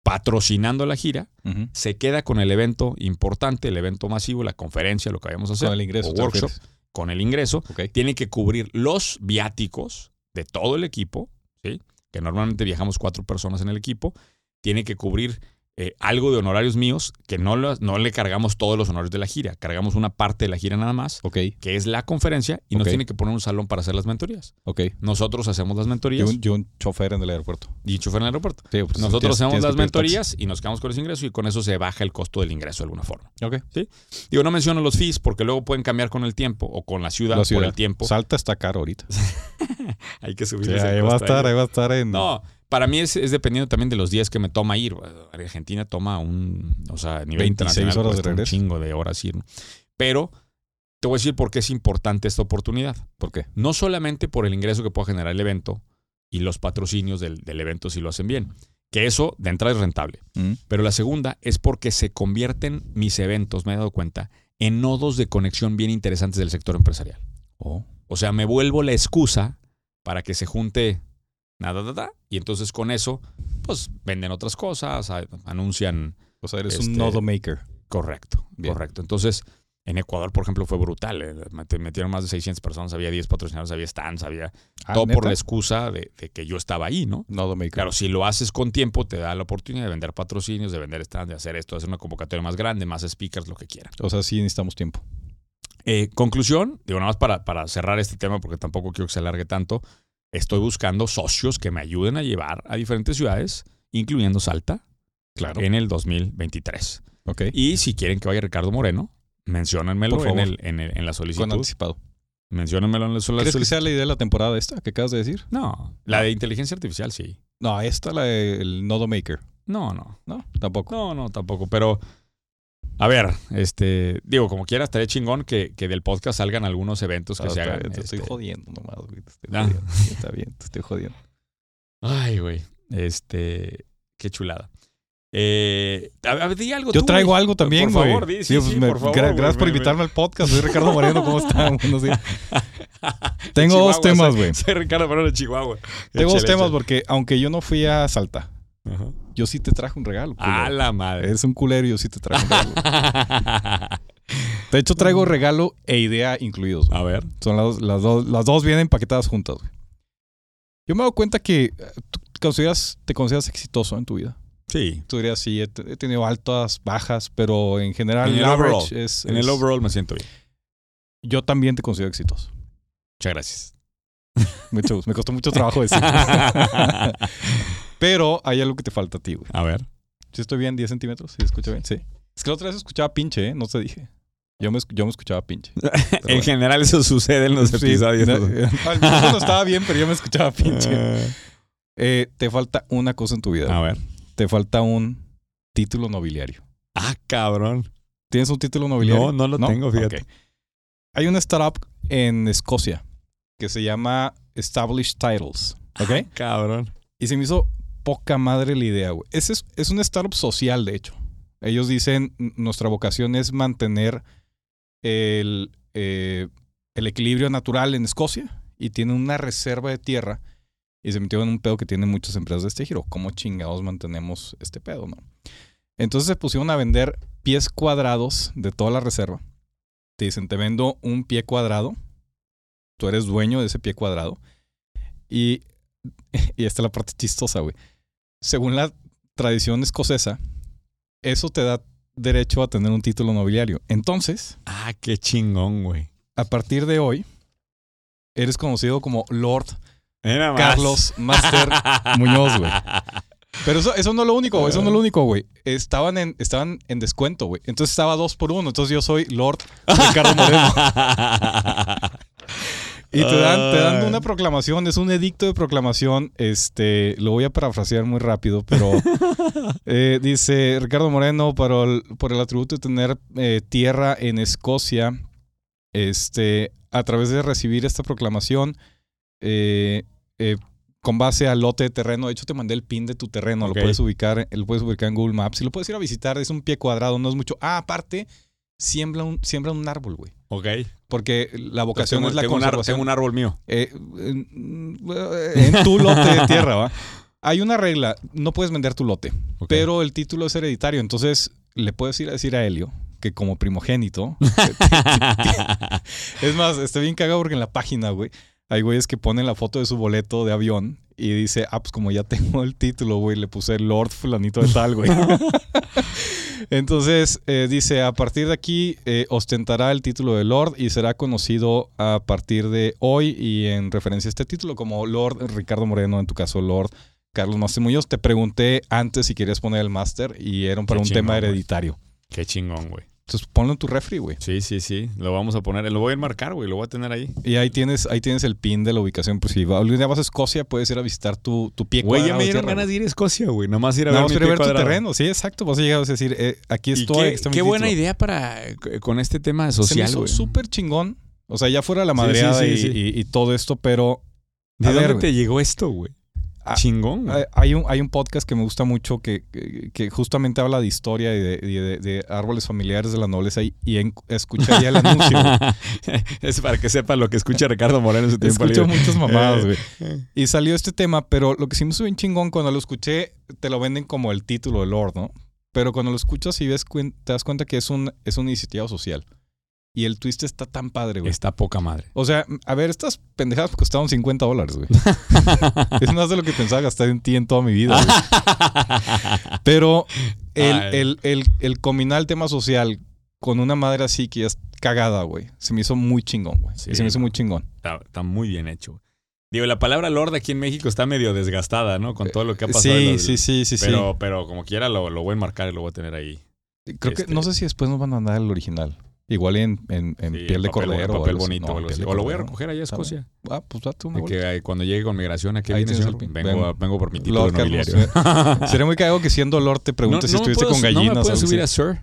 S1: patrocinando la gira
S2: ujú.
S1: se queda con el evento importante, el evento masivo, la conferencia, lo que vayamos a hacer,
S2: Con el ingreso.
S1: o
S2: te
S1: workshop,
S2: refieres.
S1: con el ingreso,
S2: Ok,
S1: tiene que cubrir los viáticos de todo el equipo, ¿sí? que normalmente viajamos cuatro personas en el equipo, tiene que cubrir eh, algo de honorarios míos, que no, lo- no le cargamos todos los honores de la gira, cargamos una parte de la gira nada más,
S2: Ok,
S1: que es la conferencia, y nos
S2: Ok.
S1: tienen que poner un salón para hacer las mentorías.
S2: ok.
S1: Nosotros hacemos las
S2: Yo
S1: mentorías
S2: un, yo un chofer en el aeropuerto.
S1: y chofer en el aeropuerto.
S2: Sí, pues,
S1: Nosotros
S2: tienes-
S1: hacemos
S2: tienes que
S1: las
S2: pedir taxi.
S1: mentorías y nos quedamos con los ingresos y con eso se baja el costo del ingreso de alguna forma.
S2: Ok.
S1: Digo, no menciono los fees porque luego pueden cambiar con el tiempo o con la ciudad,
S2: La ciudad.
S1: por el tiempo.
S2: Pues, Salta está caro ahorita.
S1: Hay que
S2: Sí,
S1: subir.
S2: ahí va a estar, ahí va a estar en...
S1: No, para mí es, es dependiendo también de los días que me toma ir. Argentina toma un, o sea, a nivel
S2: 26
S1: internacional
S2: horas de
S1: cuesta un
S2: regreso.
S1: chingo de horas ir. ¿no? Pero te voy a decir por qué es importante esta oportunidad.
S2: ¿Por qué?
S1: No solamente por el ingreso que pueda generar el evento y los patrocinios del, del evento si lo hacen bien, que eso de entrada es rentable.
S2: Mm.
S1: Pero la segunda es porque se convierten mis eventos, me he dado cuenta, en nodos de conexión bien interesantes del sector empresarial.
S2: Oh.
S1: O sea, me vuelvo la excusa para que se junte nada, da, da, y entonces con eso, pues venden otras cosas, a- anuncian
S2: O sea, eres un
S1: Este-
S2: nodo maker.
S1: correcto,
S2: Bien.
S1: correcto. Entonces, en Ecuador, por ejemplo, fue brutal. eh, met- Metieron más de 600 personas, había 10 patrocinadores, había stands, había
S2: Ah,
S1: todo por
S2: ¿neta?
S1: la excusa de, de que yo estaba ahí, ¿no?
S2: Nodo maker.
S1: Claro, si lo haces con tiempo, te da la oportunidad de vender patrocinios, de vender stands, de hacer esto, de hacer una convocatoria más grande, más speakers, lo que quieran.
S2: O sea, sí necesitamos tiempo.
S1: Eh, conclusión, digo, nada más para, para cerrar este tema, porque tampoco quiero que se alargue tanto, estoy buscando socios que me ayuden a llevar a diferentes ciudades, incluyendo Salta,
S2: Claro.
S1: en el 2023.
S2: Ok.
S1: Y si quieren que vaya Ricardo Moreno, menciónenmelo
S2: Por
S1: en,
S2: favor.
S1: el- en el- en la solicitud.
S2: Con anticipado.
S1: Menciónenmelo en la solicitud.
S2: ¿Crees que sea la idea de la temporada esta que acabas de decir?
S1: No, la de inteligencia artificial sí.
S2: No, esta la del nodo maker.
S1: No, no.
S2: No, tampoco.
S1: No, no, tampoco. Pero, a ver, este, digo, como quiera, estaría chingón que, que del podcast salgan algunos eventos que
S2: Ah,
S1: se
S2: está
S1: hagan.
S2: bien, te estoy
S1: este,
S2: jodiendo nomás, güey. Te estoy
S1: Ah.
S2: jodiendo. Sí, Está bien, te estoy jodiendo.
S1: Ay, güey. Este, qué chulada. Eh, a, a ver, di algo
S2: Yo
S1: tú,
S2: traigo
S1: güey.
S2: algo también,
S1: por
S2: güey. pues,
S1: favor, di, sí, sí, por favor,
S2: gra-
S1: güey,
S2: gracias por
S1: me- me-
S2: invitarme al podcast. Soy Ricardo Moreno, ¿cómo están? Buenos días. Tengo
S1: Chihuahua,
S2: dos temas,
S1: soy-
S2: güey.
S1: Soy Ricardo Moreno de Chihuahua.
S2: Tengo dos
S1: Échale,
S2: temas
S1: échale.
S2: porque aunque yo no fui a Salta,
S1: Ajá.
S2: yo sí te traje un regalo.
S1: A
S2: culero.
S1: la madre.
S2: Eres un culero y yo sí te traje un regalo. De hecho, traigo regalo e idea incluidos. güey.
S1: a ver.
S2: Son las, las dos, las dos vienen empaquetadas juntas, güey. Yo me he dado cuenta que eh, tú consideras- te consideras exitoso en tu vida.
S1: Sí.
S2: Tú dirías, sí, he, te- he tenido altas, bajas, pero en general
S1: En el
S2: el average
S1: overall.
S2: es,
S1: En
S2: es-
S1: el overall me siento bien.
S2: Yo también te considero exitoso.
S1: Muchas gracias.
S2: Mucho gusto. Me costó mucho trabajo decirlo. pero hay algo que te falta a ti, güey.
S1: a ver.
S2: ¿Sí estoy bien? ¿10 centímetros? ¿Sí escucha bien? Sí. Es que la otra vez escuchaba pinche, ¿eh? No te dije. Yo me, escu- yo me escuchaba pinche. Pero
S1: En
S2: bueno.
S1: general eso sucede en los
S2: Sí,
S1: episodios.
S2: no, eh, al micrófono estaba bien, pero yo me escuchaba
S1: Ah.
S2: pinche. Eh, te falta una cosa en tu vida.
S1: a ver.
S2: Te falta un título nobiliario.
S1: Ah, cabrón.
S2: ¿Tienes un título nobiliario?
S1: No, no lo tengo, fíjate.
S2: Ok. Hay una startup en Escocia que se llama Established Titles. ¿Ok?
S1: Ah, Cabrón.
S2: Y se me hizo poca madre la idea, güey. Ese es, es una startup social, de hecho. Ellos dicen, "N- nuestra vocación es mantener el, eh, el equilibrio natural en Escocia y tienen una reserva de tierra y se metió en un pedo que tienen muchas empresas de este giro. ¿Cómo chingados mantenemos este pedo, no? Entonces se pusieron a vender pies cuadrados de toda la reserva. Te dicen, te vendo un pie cuadrado. Tú eres dueño de ese pie cuadrado. Y y esta es la parte chistosa, güey. Según la tradición escocesa, eso te da derecho a tener un título nobiliario. Entonces,
S1: Ah, qué chingón, güey.
S2: a partir de hoy, eres conocido como Lord
S1: Mira más.
S2: Carlos Master Muñoz, güey. Pero eso, eso no es lo único, güey, eso no es lo único, güey. Estaban en, estaban en descuento, güey. Entonces estaba dos por uno. Entonces yo soy Lord Ricardo Moreno. Y te dan, te dan
S1: Ah.
S2: una proclamación, es un edicto de proclamación. Este, lo voy a parafrasear muy rápido, pero eh, dice Ricardo Moreno, por el, por el atributo de tener eh, tierra en Escocia, este, a través de recibir esta proclamación, eh, eh, con base al lote de terreno, de hecho te mandé el pin de tu terreno,
S1: Ok.
S2: lo puedes ubicar, lo puedes ubicar en Google Maps, y lo puedes ir a visitar, es un pie cuadrado, no es mucho. Ah, aparte, siembra un, siembra un árbol, güey.
S1: Ok.
S2: Porque la vocación
S1: Tengo,
S2: es la
S1: tengo un ar-
S2: conservación.
S1: tengo un árbol mío.
S2: Eh, en, en tu lote de tierra, ¿va? Hay una regla, no puedes vender tu lote,
S1: Ok.
S2: pero el título es hereditario, entonces le puedes ir a decir a Helio que como primogénito, es más, está bien cagado porque en la página, güey, hay güeyes que ponen la foto de su boleto de avión Y dice, ah, pues como ya tengo el título, güey, le puse Lord Fulanito de Tal, güey. Entonces eh, dice, a partir de aquí eh, ostentará el título de Lord y será conocido a partir de hoy y en referencia a este título como Lord Ricardo Moreno, en tu caso Lord Carlos Master Muñoz. Te pregunté antes si querías poner el Master y era para
S1: Qué
S2: un
S1: chingón,
S2: tema
S1: güey.
S2: hereditario.
S1: Qué chingón, güey.
S2: Entonces ponlo en tu refri, güey.
S1: Sí, sí, sí. Lo vamos a poner. Lo voy a enmarcar, güey. Lo voy a tener ahí.
S2: Y ahí tienes, ahí tienes el pin de la ubicación. Pues si va- algún día vas a Escocia, puedes ir a visitar tu, tu pie
S1: Güey, ya
S2: cuadrado
S1: me
S2: de
S1: dieron
S2: tierra,
S1: ganas
S2: güey.
S1: de ir a Escocia, güey. Nomás ir a ver,
S2: Nada más
S1: mi
S2: quiero
S1: pie
S2: ver tu
S1: cuadrado.
S2: terreno. Sí, exacto. Vas a llegar a decir, eh, aquí
S1: Y
S2: estoy.
S1: qué,
S2: está mi
S1: qué buena
S2: título.
S1: idea para eh, con este tema
S2: Se me
S1: social,
S2: hizo
S1: güey.
S2: súper chingón. O sea, ya fuera la madreada
S1: sí,
S2: y-
S1: sí.
S2: y, y todo esto, pero
S1: ¿De
S2: A ver,
S1: dónde
S2: güey.
S1: te llegó esto, güey?
S2: Ah,
S1: Chingón. güey.
S2: hay- hay un, hay un podcast que me gusta mucho que, que- que justamente habla de historia y de, y de- de árboles familiares de la nobleza y, y en- escuché ya el anuncio. güey.
S1: es para que sepa lo que escucha Ricardo Moreno en su tiempo
S2: Escucho
S1: libre.
S2: muchas mamadas,
S1: Eh.
S2: güey. Y salió este tema, pero lo que sí me hizo bien chingón, cuando lo escuché, te lo venden como el título del Lord, ¿no? Pero cuando lo escuchas y ves, cuen- te das cuenta que es, un, es una iniciativa social. Y el twist está tan padre, güey.
S1: Está poca madre.
S2: O sea, a ver, estas pendejadas costaron 50 dólares, güey. es más de lo que pensaba gastar en ti en toda mi vida, güey. Pero el,
S1: Ay.
S2: el, el, el combinar el tema social con una madre así que ya es cagada, güey, se me hizo muy chingón, güey.
S1: Sí,
S2: Y se me hizo
S1: no.
S2: muy chingón.
S1: está, está muy bien hecho. güey. Digo, la palabra Lord aquí en México está medio desgastada, ¿no? Con todo lo que ha pasado. en
S2: Eh, Sí,
S1: los-
S2: sí, sí, sí, sí.
S1: Pero, pero como quiera lo, lo voy a enmarcar y lo voy a tener ahí.
S2: Creo
S1: este-
S2: que no sé si después nos van a mandar el original. Igual en, en, en
S1: Sí,
S2: piel de
S1: papel-
S2: cordero. o
S1: papel
S2: algo así.
S1: bonito.
S2: No,
S1: o algo
S2: piel
S1: así.
S2: de
S1: O lo voy a
S2: cordero.
S1: recoger allá a Escocia.
S2: Ah, pues date una
S1: De
S2: vuelta.
S1: que ay, cuando llegue con migración, aquí
S2: Ahí
S1: viene,
S2: tienes
S1: señor?
S2: el pin.
S1: Vengo,
S2: Ven.
S1: a- vengo por mi título
S2: Lord
S1: de
S2: Carlos,
S1: nobiliario.
S2: Sería muy cagado que siendo Lord te preguntes si
S1: me
S2: estuviste
S1: puedo-
S2: con gallinas
S1: No me
S2: o
S1: puedo
S2: algo
S1: subir
S2: así.
S1: a Sir.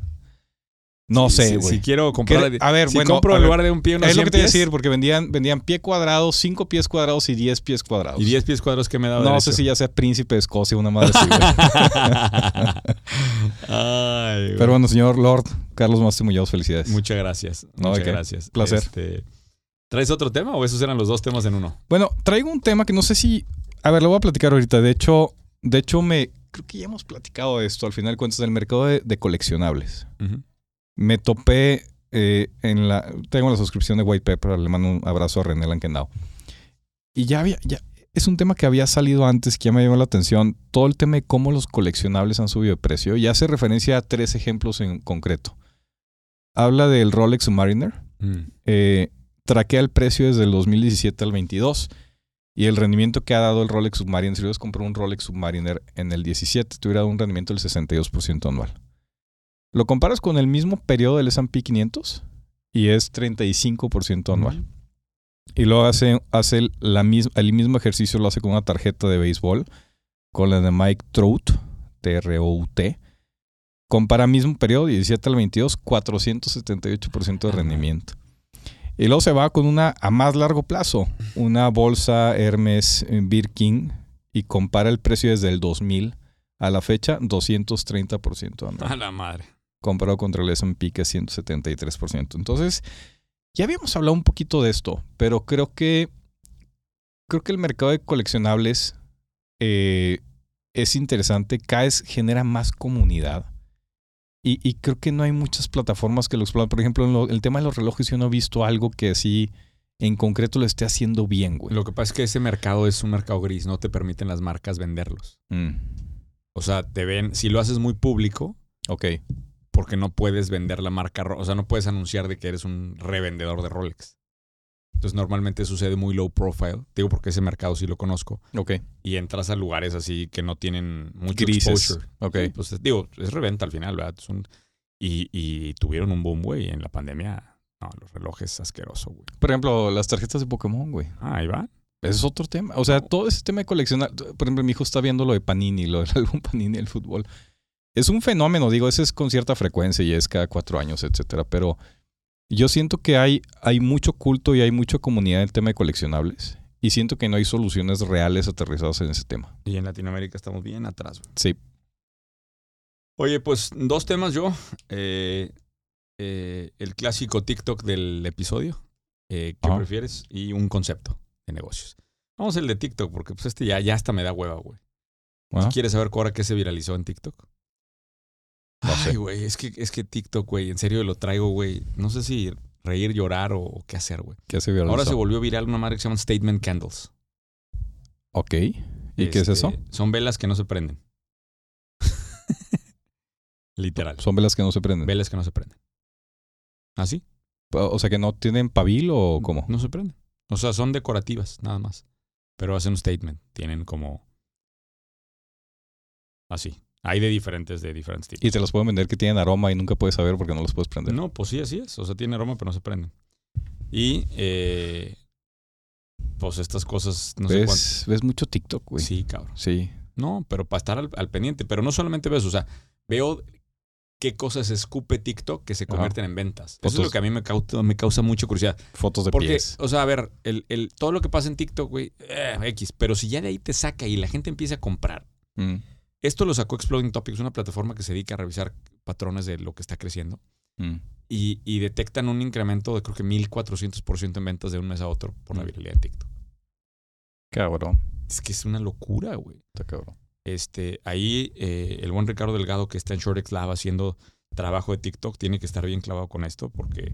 S2: No
S1: Si- si-
S2: sé,
S1: Si,
S2: güey.
S1: quiero comprar...
S2: ¿Qué- a ver,
S1: si
S2: bueno,
S1: compro
S2: a
S1: en
S2: ver.
S1: lugar de un pie unos
S2: Es lo
S1: 100
S2: que te iba a
S1: pies
S2: decir, porque vendían, vendían pie cuadrado, cinco pies cuadrados y diez pies cuadrados.
S1: y 10 pies cuadrados que me daba
S2: no sé si ya sea príncipe de Escocia, una madre así, güey.
S1: Ay, güey.
S2: Pero bueno, señor Lord Carlos Master Muñoz, felicidades.
S1: Muchas gracias.
S2: No,
S1: muchas
S2: ¿de qué?
S1: gracias.
S2: Placer.
S1: Este, ¿Traes otro tema o esos eran los dos temas en uno?
S2: Bueno, traigo un tema que no sé si. A ver, lo voy a platicar ahorita. De hecho, de hecho, me. Creo que ya hemos platicado de esto al final de cuentas del mercado de, de coleccionables. Me topé eh, en la. Tengo la suscripción de White Pepper. Le mando un abrazo a René Lankenau. Y ya había. Ya, es un tema que había salido antes que ya me llamó la atención. Todo el tema de cómo los coleccionables han subido de precio. Y hace referencia a tres ejemplos en concreto. Habla del Rolex Submariner
S1: Mm.
S2: eh, traquea el precio desde el 2017 al 22 y el rendimiento que ha dado el Rolex Submariner, si hubieras comprado un Rolex Submariner en el 17, te hubiera dado un rendimiento del 62% anual. Lo comparas con el mismo periodo del S&P 500 y es 35% anual. Y luego hace, hace el- la mis- el mismo ejercicio, lo hace con una tarjeta de béisbol, con la de Mike Trout, T-R-O-U-T. Compara mismo periodo, 17 al 22, 478% de rendimiento. Y luego se va con una a más largo plazo, una bolsa Hermes eh, Birkin, y compara el precio desde el 2000 a la fecha, 230% anual
S1: A la madre.
S2: comparado contra el S&P que es 173%. Entonces, ya habíamos hablado un poquito de esto, pero creo que creo que el mercado de coleccionables eh, es interesante, cada vez genera más comunidad. Y, y creo que no hay muchas plataformas que lo exploran. Por ejemplo, en lo- el tema de los relojes, yo no he visto algo que así en concreto lo esté haciendo bien, güey.
S1: Lo que pasa es que ese mercado es un mercado gris, no te permiten las marcas venderlos.
S2: Mm,
S1: O sea, te ven, si lo haces muy público,
S2: ok.
S1: porque no puedes vender la marca, Ro- o sea, no puedes anunciar de que eres un revendedor de Rolex. Entonces normalmente sucede muy low profile, digo porque ese mercado sí lo conozco,
S2: Ok.
S1: y entras a lugares así que no tienen mucho
S2: Grises.
S1: exposure.
S2: Ok.
S1: Sí, pues es- digo, es reventa al final, ¿verdad? Es un- y, y tuvieron un boom, güey, en la pandemia. No, los relojes asqueroso, güey.
S2: Por ejemplo, las tarjetas de Pokémon, güey.
S1: Ah, ahí va.
S2: Ese es otro tema. O sea, todo ese tema de coleccionar. Por ejemplo, mi hijo está viendo lo de Panini, lo del álbum Panini del fútbol. Es un fenómeno, digo, ese es con cierta frecuencia y es cada cuatro años, etcétera. Pero yo siento que hay, hay mucho culto y hay mucha comunidad del tema de coleccionables. Y siento que no hay soluciones reales aterrizadas en ese tema.
S1: Y en Latinoamérica estamos bien atrás, güey.
S2: Sí.
S1: Oye, pues dos temas yo. Eh, eh, el clásico TikTok del episodio. Eh, ¿Qué
S2: Ajá.
S1: prefieres? Y un concepto de negocios. Vamos el de TikTok, porque pues este ya, ya hasta me da hueva, güey.
S2: Ajá.
S1: ¿Quieres saber ahora qué se viralizó en TikTok?
S2: No sé.
S1: Ay, güey, es que, es que TikTok, güey, en serio lo traigo, güey. No sé si reír, llorar o, o qué hacer, güey.
S2: ¿Qué se
S1: Ahora se volvió viral una madre que se llama Statement Candles.
S2: Ok. ¿Y qué es
S1: Este,
S2: eso?
S1: Son velas que no se prenden. Literal.
S2: Son velas que no se prenden.
S1: Velas que no se prenden. ¿Así?
S2: O sea, que no tienen pavil o cómo.
S1: No se prenden. O sea, son decorativas, nada más. Pero hacen un statement. Tienen como. Así. Hay de diferentes, de diferentes tipos.
S2: Y te las pueden vender que tienen aroma y nunca puedes saber porque no las puedes prender.
S1: No, pues sí, así es. O sea, tiene aroma, pero no se prenden. Y. eh, pues estas cosas, no sé cuánto.
S2: ¿Ves, ves mucho TikTok, güey.
S1: Sí, cabrón.
S2: Sí.
S1: No, pero para estar al, al pendiente. Pero no solamente ves, o sea, veo qué cosas escupe TikTok que se
S2: Ajá.
S1: convierten en ventas. Eso es
S2: Fotos.
S1: lo que a mí me causa, me causa mucha curiosidad.
S2: Fotos de
S1: Porque,
S2: pies.
S1: o sea, a ver, el, el- todo lo que pasa en TikTok, güey, eh, X. Pero si ya de ahí te saca y la gente empieza a comprar.
S2: Mm.
S1: Esto lo sacó Exploding Topics, una plataforma que se dedica a revisar patrones de lo que está creciendo.
S2: Mm.
S1: Y, y detectan un incremento de creo que 1400% en ventas de un mes a otro por la
S2: Mm.
S1: viralidad de TikTok.
S2: Cabrón.
S1: Es que es una locura, güey.
S2: Está cabrón.
S1: Este, ahí eh, el buen Ricardo Delgado que está en ShortX Lab haciendo trabajo de TikTok tiene que estar bien clavado con esto porque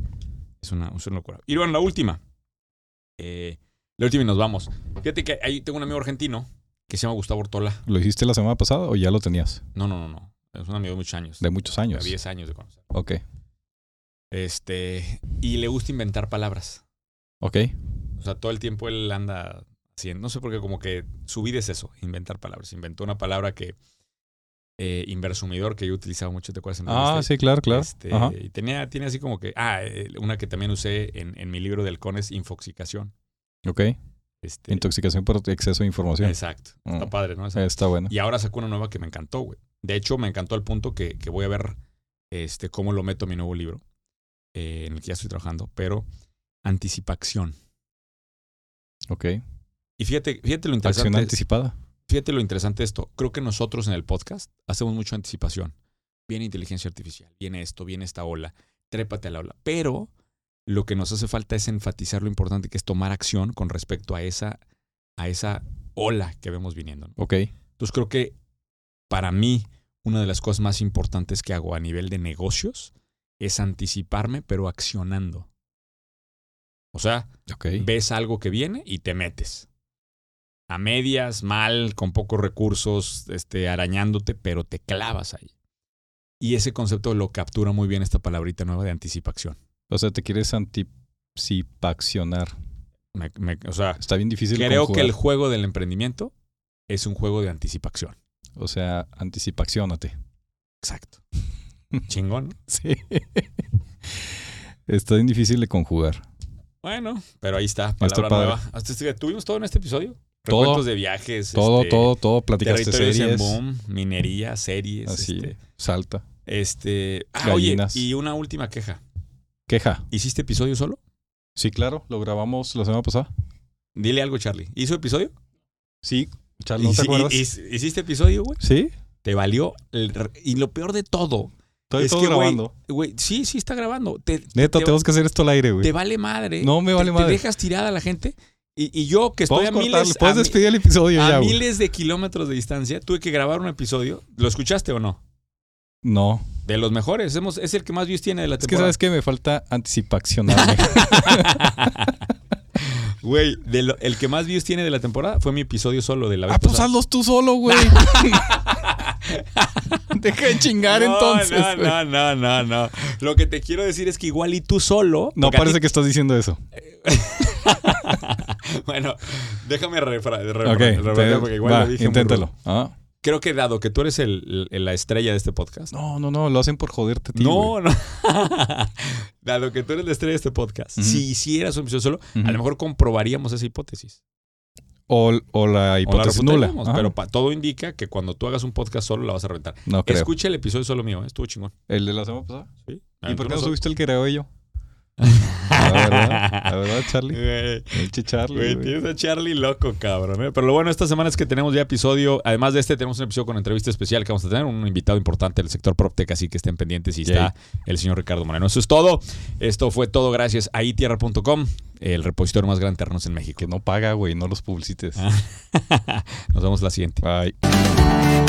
S1: es una, es una locura. Y bueno, la última. Eh, la última y nos vamos. Fíjate que ahí tengo un amigo argentino que se llama Gustavo Ortola.
S2: ¿Lo hiciste la semana pasada o ya lo tenías?
S1: No, no, no, no. Es un amigo de muchos años.
S2: De muchos años.
S1: 10 años de conocer.
S2: Ok.
S1: Este, y le gusta inventar palabras.
S2: Ok.
S1: O sea, todo el tiempo él anda haciendo, no sé por qué, como que su vida es eso, inventar palabras. Inventó una palabra que, eh, inversumidor, que yo utilizaba mucho, ¿te acuerdas? En
S2: Ah, sí, claro, claro.
S1: Este,
S2: Ajá.
S1: Y tenía, tiene así como que, ah, eh, una que también usé en, en mi libro del CON es infoxicación.
S2: Ok.
S1: Este,
S2: Intoxicación por exceso de información.
S1: exacto. Está
S2: Mm.
S1: padre, ¿no? Esa-
S2: Está bueno.
S1: Y ahora sacó una nueva que me encantó, güey. De hecho, me encantó al punto que, que voy a ver este, cómo lo meto a mi nuevo libro, eh, en el que ya estoy trabajando, pero anticipación.
S2: Ok.
S1: Y fíjate, fíjate lo
S2: Acción
S1: interesante.
S2: anticipada.
S1: Fíjate lo interesante de esto. Creo que nosotros en el podcast hacemos mucha anticipación. Viene inteligencia artificial, viene esto, viene esta ola, trépate a la ola. Pero lo que nos hace falta es enfatizar lo importante que es tomar acción con respecto a esa, a esa ola que vemos viniendo. ¿no?
S2: Ok.
S1: Entonces creo que para mí una de las cosas más importantes que hago a nivel de negocios es anticiparme, pero accionando. O sea,
S2: Ok.
S1: ves algo que viene y te metes. A medias, mal, con pocos recursos, este, arañándote, pero te clavas ahí. Y ese concepto lo captura muy bien esta palabrita nueva de anticipación.
S2: O sea, te quieres anticipacionar.
S1: Me- me- o sea,
S2: Está bien difícil.
S1: creo que
S2: conjugar.
S1: el juego del emprendimiento es un juego de anticipación.
S2: O sea, anticipaciónate.
S1: Exacto. Chingón. ¿no?
S2: Sí. Está bien difícil de conjugar.
S1: Bueno, pero ahí está.
S2: Está
S1: Palabra
S2: padre.
S1: nueva. Hasta este- Tuvimos todo en este episodio.
S2: Todo.
S1: Recuentos de viajes.
S2: Todo,
S1: este,
S2: todo, todo. Platicaste
S1: Territorios en
S2: series.
S1: boom, minería, series.
S2: Así.
S1: este,
S2: Salta.
S1: Este. Ah,
S2: Gallinas.
S1: oye, y una última queja.
S2: Queja.
S1: ¿Hiciste episodio solo?
S2: Sí, claro. Lo grabamos la semana pasada.
S1: Dile algo, Charlie. ¿Hizo episodio?
S2: Sí. Charlie, Ah, ¿no te
S1: Hici-
S2: acuerdas?
S1: hici- ¿Hiciste episodio, güey?
S2: sí.
S1: Te valió. el r- y lo peor de todo,
S2: Estoy
S1: Es
S2: todo
S1: que, güey,
S2: grabando.
S1: güey, sí, sí está grabando. Te,
S2: Neta,
S1: te-
S2: tenemos que hacer esto al aire,
S1: te
S2: güey.
S1: vale madre.
S2: No me
S1: Te-
S2: vale
S1: te,
S2: madre.
S1: dejas tirada a la gente. Y, y yo, que estoy
S2: Podemos
S1: a
S2: cortarle.
S1: miles, a,
S2: Puedes
S1: mi-
S2: despedir el episodio
S1: a
S2: ya, güey.
S1: miles de kilómetros de distancia, tuve que grabar un episodio. ¿Lo escuchaste o no?
S2: No.
S1: De los mejores. Hemos- es el que más views tiene de la
S2: Es que
S1: temporada.
S2: sabes que me falta anticipacionarme.
S1: Güey, de lo- el que más views tiene de la temporada fue mi episodio solo de la vez
S2: ah, pues
S1: pasada.
S2: hazlos tú solo, güey. Deja de chingar
S1: no,
S2: entonces.
S1: No,
S2: güey.
S1: no, no, no, no. Lo que te quiero decir es que igual y tú solo.
S2: No,
S1: porque a
S2: parece que estás diciendo eso.
S1: ti- bueno, déjame refra- re-
S2: Ok,
S1: re-
S2: te-
S1: re- porque igual
S2: va,
S1: lo dije muy
S2: inténtalo.
S1: rudo.
S2: Ah.
S1: Creo que dado que tú eres el- el- la estrella de este podcast.
S2: No, no, no, lo hacen por joderte. a ti, güey.
S1: No, no. dado que tú eres la estrella de este podcast.
S2: Ujú.
S1: Si hicieras un episodio solo,
S2: Ujú.
S1: a lo mejor comprobaríamos esa hipótesis.
S2: O, o la
S1: O la
S2: hipótesis nula.
S1: refutaríamos,
S2: Ajá.
S1: Pero pa- todo indica que cuando tú hagas un podcast solo la vas a reventar.
S2: no creo.
S1: Escucha el episodio solo mío, ¿eh? estuvo chingón.
S2: ¿El de la semana pasada?
S1: ¿Sí?
S2: ¿Y por qué no
S1: Nosotros-
S2: subiste el que grabé yo? La verdad, la verdad, Charlie.
S1: Güey.
S2: El Charlie.
S1: Güey,
S2: güey.
S1: tienes a Charlie loco, cabrón. ¿eh? Pero lo bueno esta semana es que tenemos ya episodio. Además de este, tenemos un episodio con entrevista especial que vamos a tener. Un invitado importante del sector PropTech, así que estén pendientes. Y está el señor Ricardo Moreno. Eso es todo. Esto fue todo gracias a itierra.com, el repositorio más grande de terrenos en México. Ah.
S2: Que no paga, güey, no los publicites.
S1: Nos vemos la siguiente.
S2: Bye.